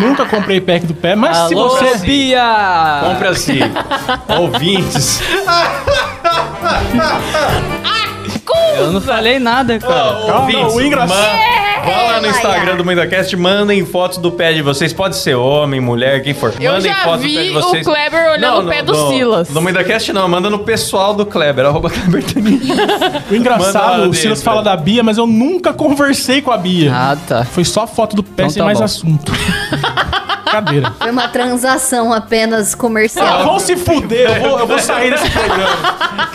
Speaker 2: Nunca comprei pack do pé, mas se
Speaker 5: Alô,
Speaker 2: você...
Speaker 5: Bia!
Speaker 1: Compre assim. Ouvintes.
Speaker 5: Eu não falei nada, cara.
Speaker 2: Calma,
Speaker 1: Ouvintes,
Speaker 2: o engraçado-
Speaker 4: É,
Speaker 1: man- Vai lá no
Speaker 3: Laia.
Speaker 1: Instagram do MuidaCast, mandem fotos do pé de vocês. Pode ser homem, mulher, quem for.
Speaker 4: Eu
Speaker 1: mandem
Speaker 4: já
Speaker 1: fotos
Speaker 4: vi
Speaker 1: do pé de
Speaker 4: o
Speaker 1: vocês.
Speaker 4: Kleber olhando o pé do Silas.
Speaker 1: No MuidaCast não, manda no pessoal do Kleber, arroba Kleber Tanid.
Speaker 2: O
Speaker 1: Manda lá né?
Speaker 2: engraçado, o Silas
Speaker 1: dentro.
Speaker 2: fala da Bia, mas eu nunca conversei com a Bia.
Speaker 5: Ah, tá.
Speaker 2: Foi só foto do pé
Speaker 5: Então
Speaker 2: sem
Speaker 5: tá
Speaker 2: mais
Speaker 5: bom.
Speaker 2: assunto. Brincadeira.
Speaker 3: Foi uma transação apenas comercial.
Speaker 2: Vão se fuder, eu vou, eu vou sair desse programa.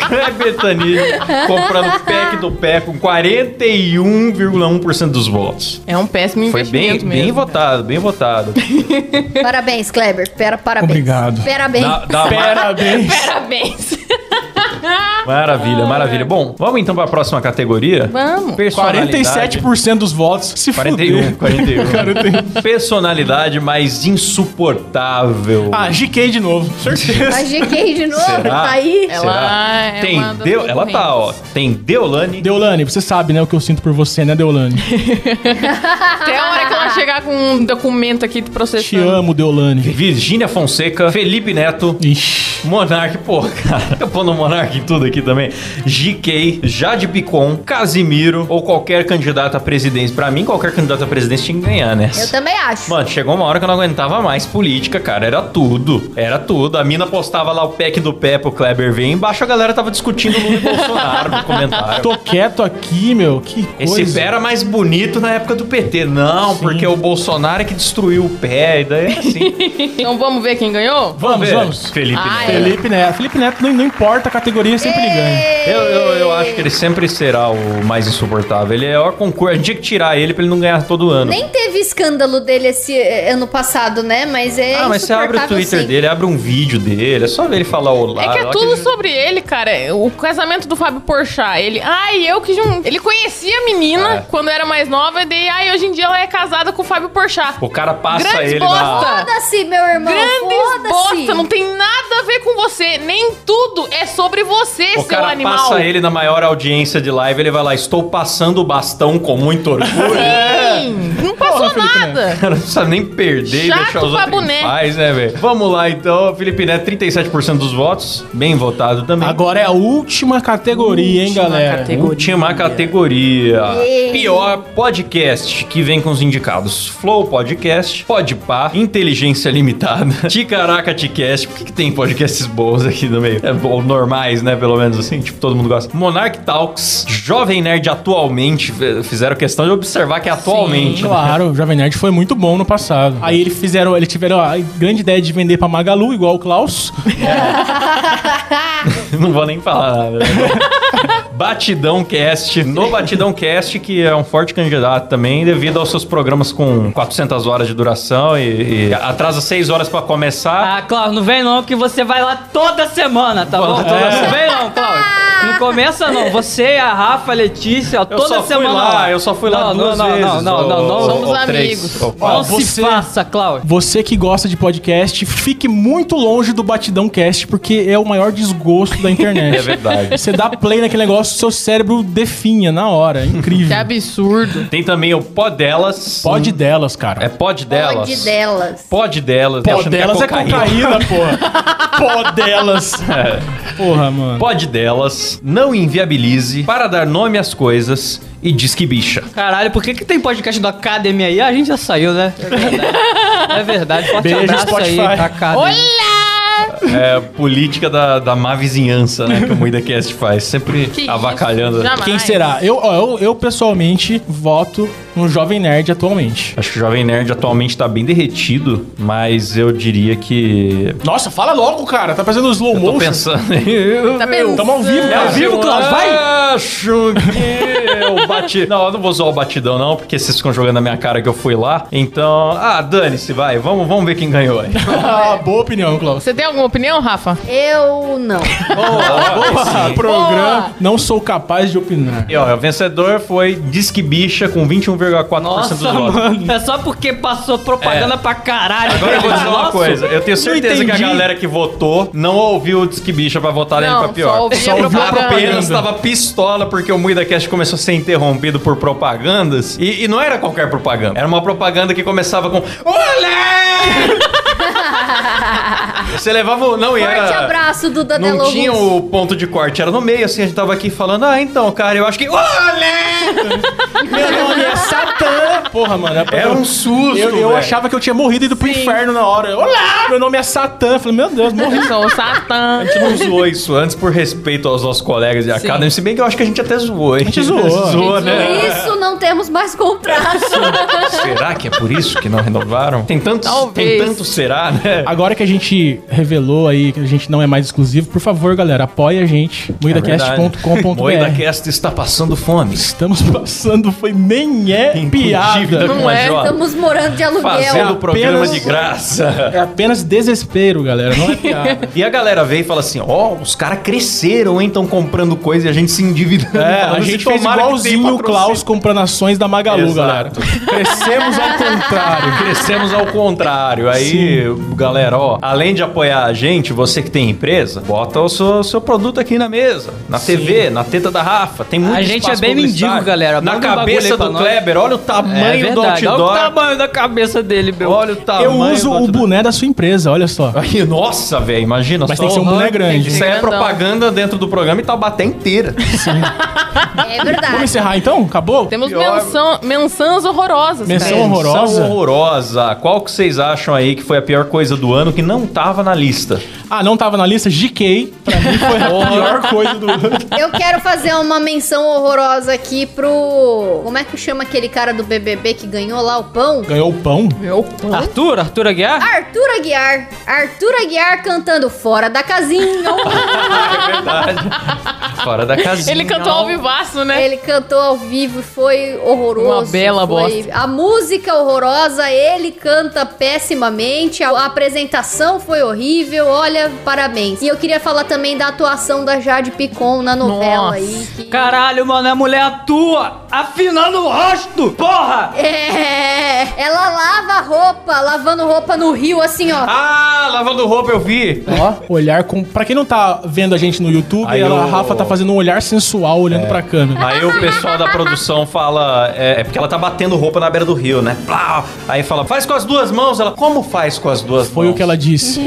Speaker 1: Kleber Tanid comprando pack do pé com 41,1% dos votos.
Speaker 4: É um péssimo
Speaker 1: Foi bem,
Speaker 4: investimento
Speaker 1: bem
Speaker 4: mesmo.
Speaker 1: votado, bem votado.
Speaker 3: Parabéns, Kleber. Pera, parabéns.
Speaker 2: Obrigado.
Speaker 3: Parabéns.
Speaker 1: Da- da-
Speaker 2: Parabéns.
Speaker 4: Parabéns.
Speaker 1: Maravilha, maravilha. Bom, vamos então pra próxima categoria?
Speaker 4: Vamos.
Speaker 1: Personalidade.
Speaker 2: 47% dos votos se
Speaker 1: 41,
Speaker 2: fuderam.
Speaker 1: 41.
Speaker 2: tem-
Speaker 1: Personalidade mais insuportável.
Speaker 2: Ah, GK de novo. Certeza.
Speaker 3: A GK de novo,
Speaker 1: Será?
Speaker 3: tá aí.
Speaker 4: Ela
Speaker 1: Será?
Speaker 4: é
Speaker 1: Tem
Speaker 4: uma das
Speaker 1: Deu- Ela tá, ó.
Speaker 4: concorrentes.
Speaker 1: Tem Deolane.
Speaker 2: Deolane, você sabe, né, o que eu sinto por você, né, Deolane?
Speaker 4: Até a hora que ela chegar com um documento aqui te processando.
Speaker 2: Te amo, Deolane.
Speaker 1: Virgínia Fonseca, Felipe Neto,
Speaker 2: Ixi.
Speaker 1: Monark, pô, cara, eu pondo Monark em tudo aqui também. GK, Jade Picon, Casimiro ou qualquer candidato a presidente. Pra mim, qualquer candidato a presidente tinha que ganhar, né?
Speaker 3: Eu também acho.
Speaker 1: Mano, chegou uma hora que eu não aguentava mais política, cara. Era tudo. Era tudo. A mina postava lá o pack do pé pro Kleber ver. Embaixo a galera tava discutindo Lula e Bolsonaro no comentário.
Speaker 2: Tô quieto aqui, meu. Que coisa.
Speaker 1: Esse pé era mais bonito na época do PT. Não,
Speaker 2: Sim.
Speaker 1: porque o Bolsonaro é que destruiu o pé. E daí é assim.
Speaker 4: Então vamos ver quem ganhou?
Speaker 2: Vamos,
Speaker 1: ver.
Speaker 2: vamos.
Speaker 1: Felipe
Speaker 4: Ah,
Speaker 1: Neto.
Speaker 2: Felipe Neto. Felipe Neto não, não importa a categoria, sempre ele ganha.
Speaker 3: É,
Speaker 1: Eu, eu, eu acho que ele sempre será o mais insuportável. Ele é o concurso. A gente tinha que tirar ele pra ele não ganhar todo ano.
Speaker 3: Nem teve escândalo dele esse eh, ano passado, né? Mas é
Speaker 1: ah, mas você abre o
Speaker 3: insuportável, assim.
Speaker 1: Twitter
Speaker 3: sim.
Speaker 1: dele, abre um vídeo dele. É só ver ele falar olá.
Speaker 4: assim. É que é
Speaker 1: lá
Speaker 4: tudo
Speaker 1: ele-
Speaker 4: sobre ele, cara. O casamento do Fábio Porchat. Ele, ai, eu que jun... ele conhecia a menina
Speaker 1: É.
Speaker 4: quando era mais nova e daí, ai, hoje em dia ela é casada com o Fábio Porchat.
Speaker 1: O cara passa
Speaker 4: Grande
Speaker 1: ele
Speaker 4: bosta.
Speaker 1: na...
Speaker 3: Foda-se, meu irmão.
Speaker 4: Grande
Speaker 3: Foda-se.
Speaker 4: bosta, não tem nada a ver com você, nem tudo é sobre você,
Speaker 1: O
Speaker 4: seu
Speaker 1: cara
Speaker 4: animal.
Speaker 1: passa ele na maior audiência de live, ele vai lá, estou passando o bastão com muito orgulho.
Speaker 4: Sim, não passou
Speaker 2: né? Porra, Felipe né?
Speaker 4: nada.
Speaker 1: O cara não precisa nem perder e
Speaker 4: Chato
Speaker 1: deixar os
Speaker 4: pra
Speaker 1: outros em
Speaker 4: boneco.
Speaker 1: paz, né, velho? Vamos lá, então. Felipe Neto, 37% dos votos. Bem votado também.
Speaker 2: Agora é a última categoria, hein,
Speaker 4: Última
Speaker 2: galera?
Speaker 4: categoria.
Speaker 1: Última categoria.
Speaker 3: Ei.
Speaker 1: Pior podcast que vem com os indicados: Flow Podcast, Podpah, Inteligência Limitada, Ticaraca Ticast. Por que, que tem podcasts bons aqui no meio? É, ou normais, né? Pelo menos assim, tipo, todo mundo gosta. Monarch Talks, Jovem Nerd atualmente. f- Fizeram questão de observar que é atualmente. né?
Speaker 2: Claro, o Jovem Nerd foi muito bom no passado. Aí eles fizeram, eles tiveram a grande ideia de vender pra Magalu, igual o Klaus.
Speaker 1: Não vou nem falar nada. né? Batidão Cast. No Batidão Cast, que é um forte candidato também, devido aos seus programas com 400 horas de duração e, e atrasa 6 horas pra começar.
Speaker 5: Ah, Cláudio, não vem não, que você vai lá toda semana, tá
Speaker 1: Vou lá
Speaker 5: bom?
Speaker 1: toda
Speaker 5: Não
Speaker 1: semana.
Speaker 5: vem não, Cláudio. Não começa não. Você, a Rafa, a Letícia, ó, toda
Speaker 1: só fui
Speaker 5: semana.
Speaker 1: lá,
Speaker 5: ó.
Speaker 1: eu só fui lá
Speaker 5: não,
Speaker 1: duas
Speaker 5: não,
Speaker 1: vezes,
Speaker 5: Não, não,
Speaker 1: ô,
Speaker 5: não, não,
Speaker 1: ô,
Speaker 5: não.
Speaker 4: Somos
Speaker 1: ô,
Speaker 4: amigos.
Speaker 1: ô,
Speaker 5: Não
Speaker 1: Paulo.
Speaker 5: se
Speaker 2: você-
Speaker 5: faça, Cláudio.
Speaker 2: Você que gosta de podcast, fique muito longe do Batidão Cast, porque é o maior desgosto da internet.
Speaker 1: É verdade.
Speaker 2: Você dá play naquele negócio, seu cérebro definha na hora. É
Speaker 4: Que
Speaker 2: incrível.
Speaker 4: absurdo.
Speaker 1: Tem também o Pod Delas.
Speaker 2: Pode delas, cara.
Speaker 1: É Pod Delas.
Speaker 3: Pode delas.
Speaker 1: Pod Delas.
Speaker 2: Pó
Speaker 1: Achando que
Speaker 2: delas é cocaína, porra. Pó delas. Porra, mano.
Speaker 1: Pod É. Delas. Não inviabilize. Para dar nome às coisas. E diz que bicha.
Speaker 5: Caralho, por que, que tem podcast do Academy aí? Ah, A gente já saiu, né? É verdade. É verdade. Forte
Speaker 2: Beijo,
Speaker 5: abraço aí
Speaker 2: Spotify.
Speaker 5: pra Academy.
Speaker 4: Olá!
Speaker 1: É política da, da má vizinhança, né? Que o MuidaCast faz. Sempre
Speaker 4: Que
Speaker 1: avacalhando.
Speaker 4: isso, jamais.
Speaker 2: Quem será? Eu, ó, eu, eu, pessoalmente voto no Jovem Nerd atualmente.
Speaker 1: Acho que o Jovem Nerd atualmente tá bem derretido, mas eu diria que.
Speaker 2: Nossa, fala logo, cara. Tá fazendo slow
Speaker 1: Eu tô pensando.
Speaker 4: Tá pensando.
Speaker 2: Tamo ao vivo,
Speaker 1: É
Speaker 2: cara.
Speaker 1: ao vivo, Cláudio, vai!
Speaker 2: Eu
Speaker 1: Acho que eu bati. Não, eu não vou zoar o batidão, não, porque vocês ficam jogando na minha cara que eu fui lá. Então, ah, dane-se, vai. Vamos, vamos ver quem ganhou aí.
Speaker 2: Ah, boa opinião, Klaus.
Speaker 4: Você tem alguma opinião, Rafa?
Speaker 3: Eu não.
Speaker 2: Ah, programa. Não sou capaz de opinar.
Speaker 1: E ó, o vencedor foi Disque Bicha com 21,4%
Speaker 5: Nossa,
Speaker 1: dos votos.
Speaker 5: mano. É só porque passou propaganda pra caralho.
Speaker 1: É. Agora eu vou dizer uma
Speaker 5: Nossa,
Speaker 1: coisa. Eu tenho certeza que a
Speaker 2: entendi.
Speaker 1: galera que votou não ouviu o Disque Bicha pra votar nele
Speaker 4: Não,
Speaker 1: pra pior.
Speaker 4: só ouvia Só ouviu a propaganda.
Speaker 1: apenas tava pistola porque o MuidaCast começou a ser interrompido por propagandas. E, e não era qualquer propaganda. Era uma propaganda que começava com... Olé! Você levava... o- Não, e
Speaker 3: Forte
Speaker 1: era...
Speaker 3: abraço, né, Duda
Speaker 1: Não
Speaker 3: Delo
Speaker 1: tinha o ponto de corte, era no meio, assim, a gente tava aqui falando, ah, então, cara, eu acho que. Olé!
Speaker 2: Meu nome é Satã. Porra, mano. É
Speaker 1: Era um susto!
Speaker 2: Eu, eu
Speaker 1: velho.
Speaker 2: achava que eu tinha morrido e ido pro inferno na hora. Olá! Meu nome é Satã. Eu Falei, meu Deus, morri.
Speaker 4: Eu
Speaker 5: um
Speaker 4: sou o Satã.
Speaker 1: A gente não zoou isso antes por respeito aos nossos colegas de Academy, se bem que eu acho que a gente até zoou, hein? A
Speaker 2: gente zoou.
Speaker 1: zoou, né?
Speaker 3: Isso não não temos mais contrato.
Speaker 1: Será que é por isso que não renovaram? Tem tantos, tem
Speaker 4: Talvez.
Speaker 1: tanto será, né?
Speaker 2: Agora que a gente revelou aí que a gente não é mais exclusivo, por favor, galera, apoie a
Speaker 1: É
Speaker 2: gente. moidacast.com.br
Speaker 1: Moedacast está passando fome.
Speaker 2: Estamos passando, foi nem é
Speaker 1: Inclusive,
Speaker 2: piada.
Speaker 1: com
Speaker 4: Não
Speaker 1: a
Speaker 4: é,
Speaker 1: J.
Speaker 3: Estamos morando de aluguel.
Speaker 1: Fazendo o programa
Speaker 2: apenas-
Speaker 1: de graça.
Speaker 2: É apenas desespero, galera, não é piada.
Speaker 1: E a galera veio e fala assim: ó, os caras cresceram, hein? Estão comprando coisa e a gente se endividando.
Speaker 2: É, a
Speaker 1: Falando,
Speaker 2: gente
Speaker 1: "Se
Speaker 2: fez
Speaker 1: tomara que
Speaker 2: igualzinho
Speaker 1: tenha
Speaker 2: o Klaus comprando ações da Magalu, galera.
Speaker 1: Exato.
Speaker 2: Crescemos ao contrário.
Speaker 1: Crescemos ao contrário. Aí, galera, ó, além de apoiar a gente, você que tem empresa, bota o seu, seu produto aqui na mesa, na TV, na teta da Rafa. Tem muito
Speaker 5: A gente
Speaker 1: espaço
Speaker 5: é bem
Speaker 1: publicitário.
Speaker 5: mendigo, galera.
Speaker 1: Na
Speaker 5: Manda um bagulho
Speaker 1: cabeça
Speaker 5: aí pra
Speaker 1: do
Speaker 5: nós.
Speaker 1: Kleber, olha o
Speaker 5: É
Speaker 1: tamanho do
Speaker 5: verdade. Olha
Speaker 1: outdoor.
Speaker 5: o tamanho da cabeça dele, meu.
Speaker 1: Olha o tamanho.
Speaker 2: Eu uso
Speaker 1: do
Speaker 2: o
Speaker 1: outdoor.
Speaker 2: boné da sua empresa, olha só.
Speaker 1: Aí, nossa, velho, imagina
Speaker 2: Mas
Speaker 1: só.
Speaker 2: tem que ser um
Speaker 1: o-
Speaker 2: boné grande.
Speaker 1: Isso aí é
Speaker 4: Grandão.
Speaker 1: propaganda dentro do programa e tá bater inteira.
Speaker 3: É
Speaker 2: Vamos
Speaker 3: verdade.
Speaker 2: encerrar então? Acabou?
Speaker 4: Temos
Speaker 1: Pior.
Speaker 4: menção, mençãs horrorosas,
Speaker 2: Menção
Speaker 4: cara.
Speaker 2: horrorosa.
Speaker 1: São horrorosa. Qual que vocês acham aí que foi a pior coisa do ano que não tava na lista?
Speaker 2: Ah, não tava na lista? GK. Pra mim foi a pior coisa do ano.
Speaker 3: Eu quero fazer uma menção horrorosa aqui pro. Como é que chama aquele cara do BBB que ganhou lá o pão?
Speaker 2: Ganhou o pão?
Speaker 4: Meu pão.
Speaker 5: Arthur, Arthur Aguiar?
Speaker 3: Arthur Aguiar. Arthur Aguiar cantando Fora da Casinha.
Speaker 4: Né?
Speaker 1: É verdade. Fora da casinha.
Speaker 4: Ele cantou ao vivaço, né?
Speaker 3: Ele cantou ao vivo e foi horroroso.
Speaker 4: Uma bela
Speaker 3: foi... A música horrorosa, ele canta pessimamente, a a apresentação foi horrível, olha, parabéns. E eu queria falar também da atuação da Jade Picon na novela
Speaker 4: Nossa.
Speaker 3: aí. que-
Speaker 5: Caralho, mano, é a mulher atua! Afinando o rosto! Porra!
Speaker 3: É, ela lava roupa, lavando roupa no rio, assim, ó.
Speaker 1: Ah, lavando roupa eu vi.
Speaker 2: Ó, olhar com. Pra quem não tá vendo a gente no YouTube,
Speaker 1: Aí
Speaker 2: ela, a
Speaker 1: eu-
Speaker 2: Rafa tá fazendo um olhar sensual olhando pra câmera.
Speaker 1: Aí o pessoal da produção fala. É, é porque ela tá batendo roupa na beira do rio, né? Plá! Aí fala, faz com as duas mãos. Ela, como faz com as duas
Speaker 2: Foi
Speaker 1: mãos?
Speaker 2: o que ela disse.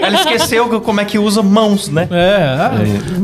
Speaker 1: Ela esqueceu que- como é que usa mãos, né?
Speaker 2: É, ah,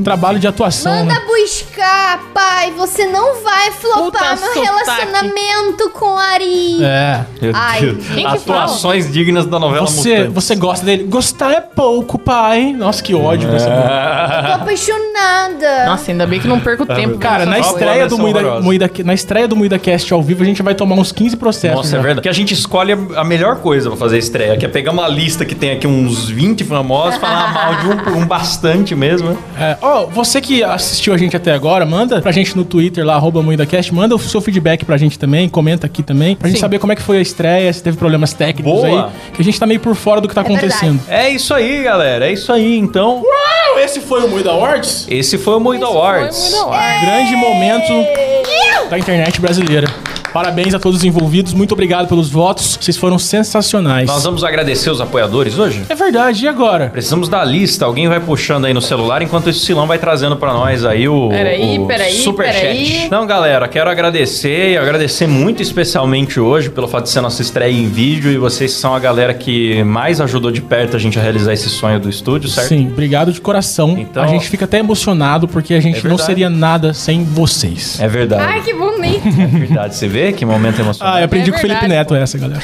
Speaker 2: trabalho de atuação. né?
Speaker 3: Manda buscar, pai. Você não vai flopar
Speaker 4: Puta
Speaker 3: meu
Speaker 4: sotaque.
Speaker 3: relacionamento com Ari.
Speaker 2: É.
Speaker 1: Meu
Speaker 3: Ai,
Speaker 1: Deus.
Speaker 3: quem que
Speaker 1: Atuações dignas da novela
Speaker 2: Você,
Speaker 1: Mutante.
Speaker 2: você gosta dele? Gostar é pouco, pai. Nossa, que ódio com essa mulher.
Speaker 3: Tô apaixonada.
Speaker 4: Nossa, ainda bem que não
Speaker 2: Tá,
Speaker 4: perco tempo.
Speaker 2: Cara, na
Speaker 1: Nossa,
Speaker 2: estreia,
Speaker 1: essa
Speaker 2: do
Speaker 1: é
Speaker 2: Moída,
Speaker 1: horrorosa.
Speaker 2: Moída, na estreia do MoídaCast ao vivo, a gente vai tomar uns 15 processos.
Speaker 1: Nossa,
Speaker 2: né?
Speaker 1: é verdade. Que a gente escolhe a melhor coisa pra fazer estreia, que é pegar uma lista que tem aqui uns 20 famosos, falar mal de um por um bastante mesmo. né?
Speaker 2: É, ó, você que assistiu a gente até agora, manda pra gente no Twitter lá, arroba MoídaCast, manda o seu feedback pra gente também, comenta aqui também, pra gente
Speaker 4: Sim.
Speaker 2: saber como é que foi a estreia, se teve problemas técnicos
Speaker 1: Boa.
Speaker 2: aí, que a gente tá meio por fora do que tá acontecendo.
Speaker 1: É isso aí, galera. É isso aí, então.
Speaker 2: Esse foi o Moída Awards?
Speaker 1: Esse foi o Moída Awards.
Speaker 2: Grande momento da internet brasileira. Parabéns a todos os envolvidos, muito obrigado pelos votos, vocês foram sensacionais.
Speaker 1: Nós vamos agradecer os apoiadores hoje?
Speaker 2: É verdade, e agora?
Speaker 1: Precisamos da lista. Alguém vai puxando aí no celular, enquanto esse Silão vai trazendo pra nós aí o,
Speaker 4: Peraí,
Speaker 1: o
Speaker 4: peraí,
Speaker 1: superchat.
Speaker 4: peraí.
Speaker 1: Não, galera, quero agradecer e agradecer muito especialmente hoje pelo fato de ser nossa estreia em vídeo e vocês são a galera que mais ajudou de perto a gente a realizar esse sonho do estúdio, certo?
Speaker 2: Sim, obrigado de coração.
Speaker 1: Então- é
Speaker 2: a gente fica até emocionado porque a gente não
Speaker 1: verdade.
Speaker 2: seria nada sem vocês.
Speaker 1: É verdade.
Speaker 3: Ai, que bonito.
Speaker 1: É verdade. Você vê que momento
Speaker 2: Ah, eu
Speaker 1: emocionante.
Speaker 2: aprendi
Speaker 4: É
Speaker 2: com o Felipe
Speaker 4: verdade,
Speaker 2: Neto essa, galera.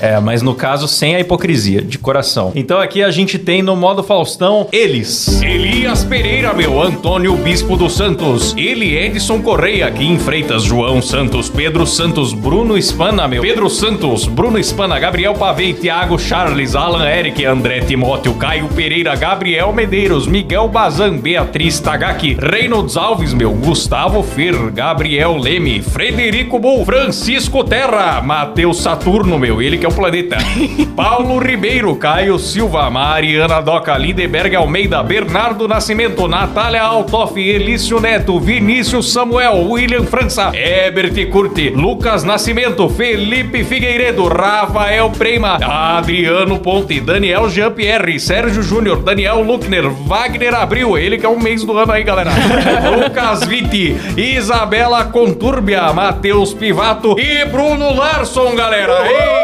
Speaker 1: É, mas no caso, sem a hipocrisia, de coração. Então aqui a gente tem no modo Faustão eles. Elias Pereira, meu Antônio Bispo dos Santos. Ele, Edson Correia, aqui em Freitas, João Santos, Pedro Santos, Bruno Espana, meu Pedro Santos, Bruno Espana, Gabriel Pavei, Thiago Charles, Alan Eric, André Timóteo, Caio Pereira, Gabriel Medeiros, Miguel Bazan, Beatriz Tagaki, Reynolds Alves, meu Gustavo Fer, Gabriel Leme, Frederico Bull, Francisco Terra, Matheus Saturno, meu, ele que é o planeta, Paulo Ribeiro, Caio Silva, Mariana Doca, Lindeberg Almeida, Bernardo Nascimento, Natália Altoff, Elício Neto, Vinícius Samuel, é William França, Ebert Curti, Lucas Nascimento, Felipe Figueiredo, Rafael Prema, Adriano Ponte, Daniel Jean-Pierre, Sérgio Júnior, Daniel Luckner, Wagner Abril, ele que é o mês do ano aí, galera. Lucas Vitti, Isabela Contúrbia, Matheus Pivato e Bruno Larson, galera. Ei!
Speaker 4: um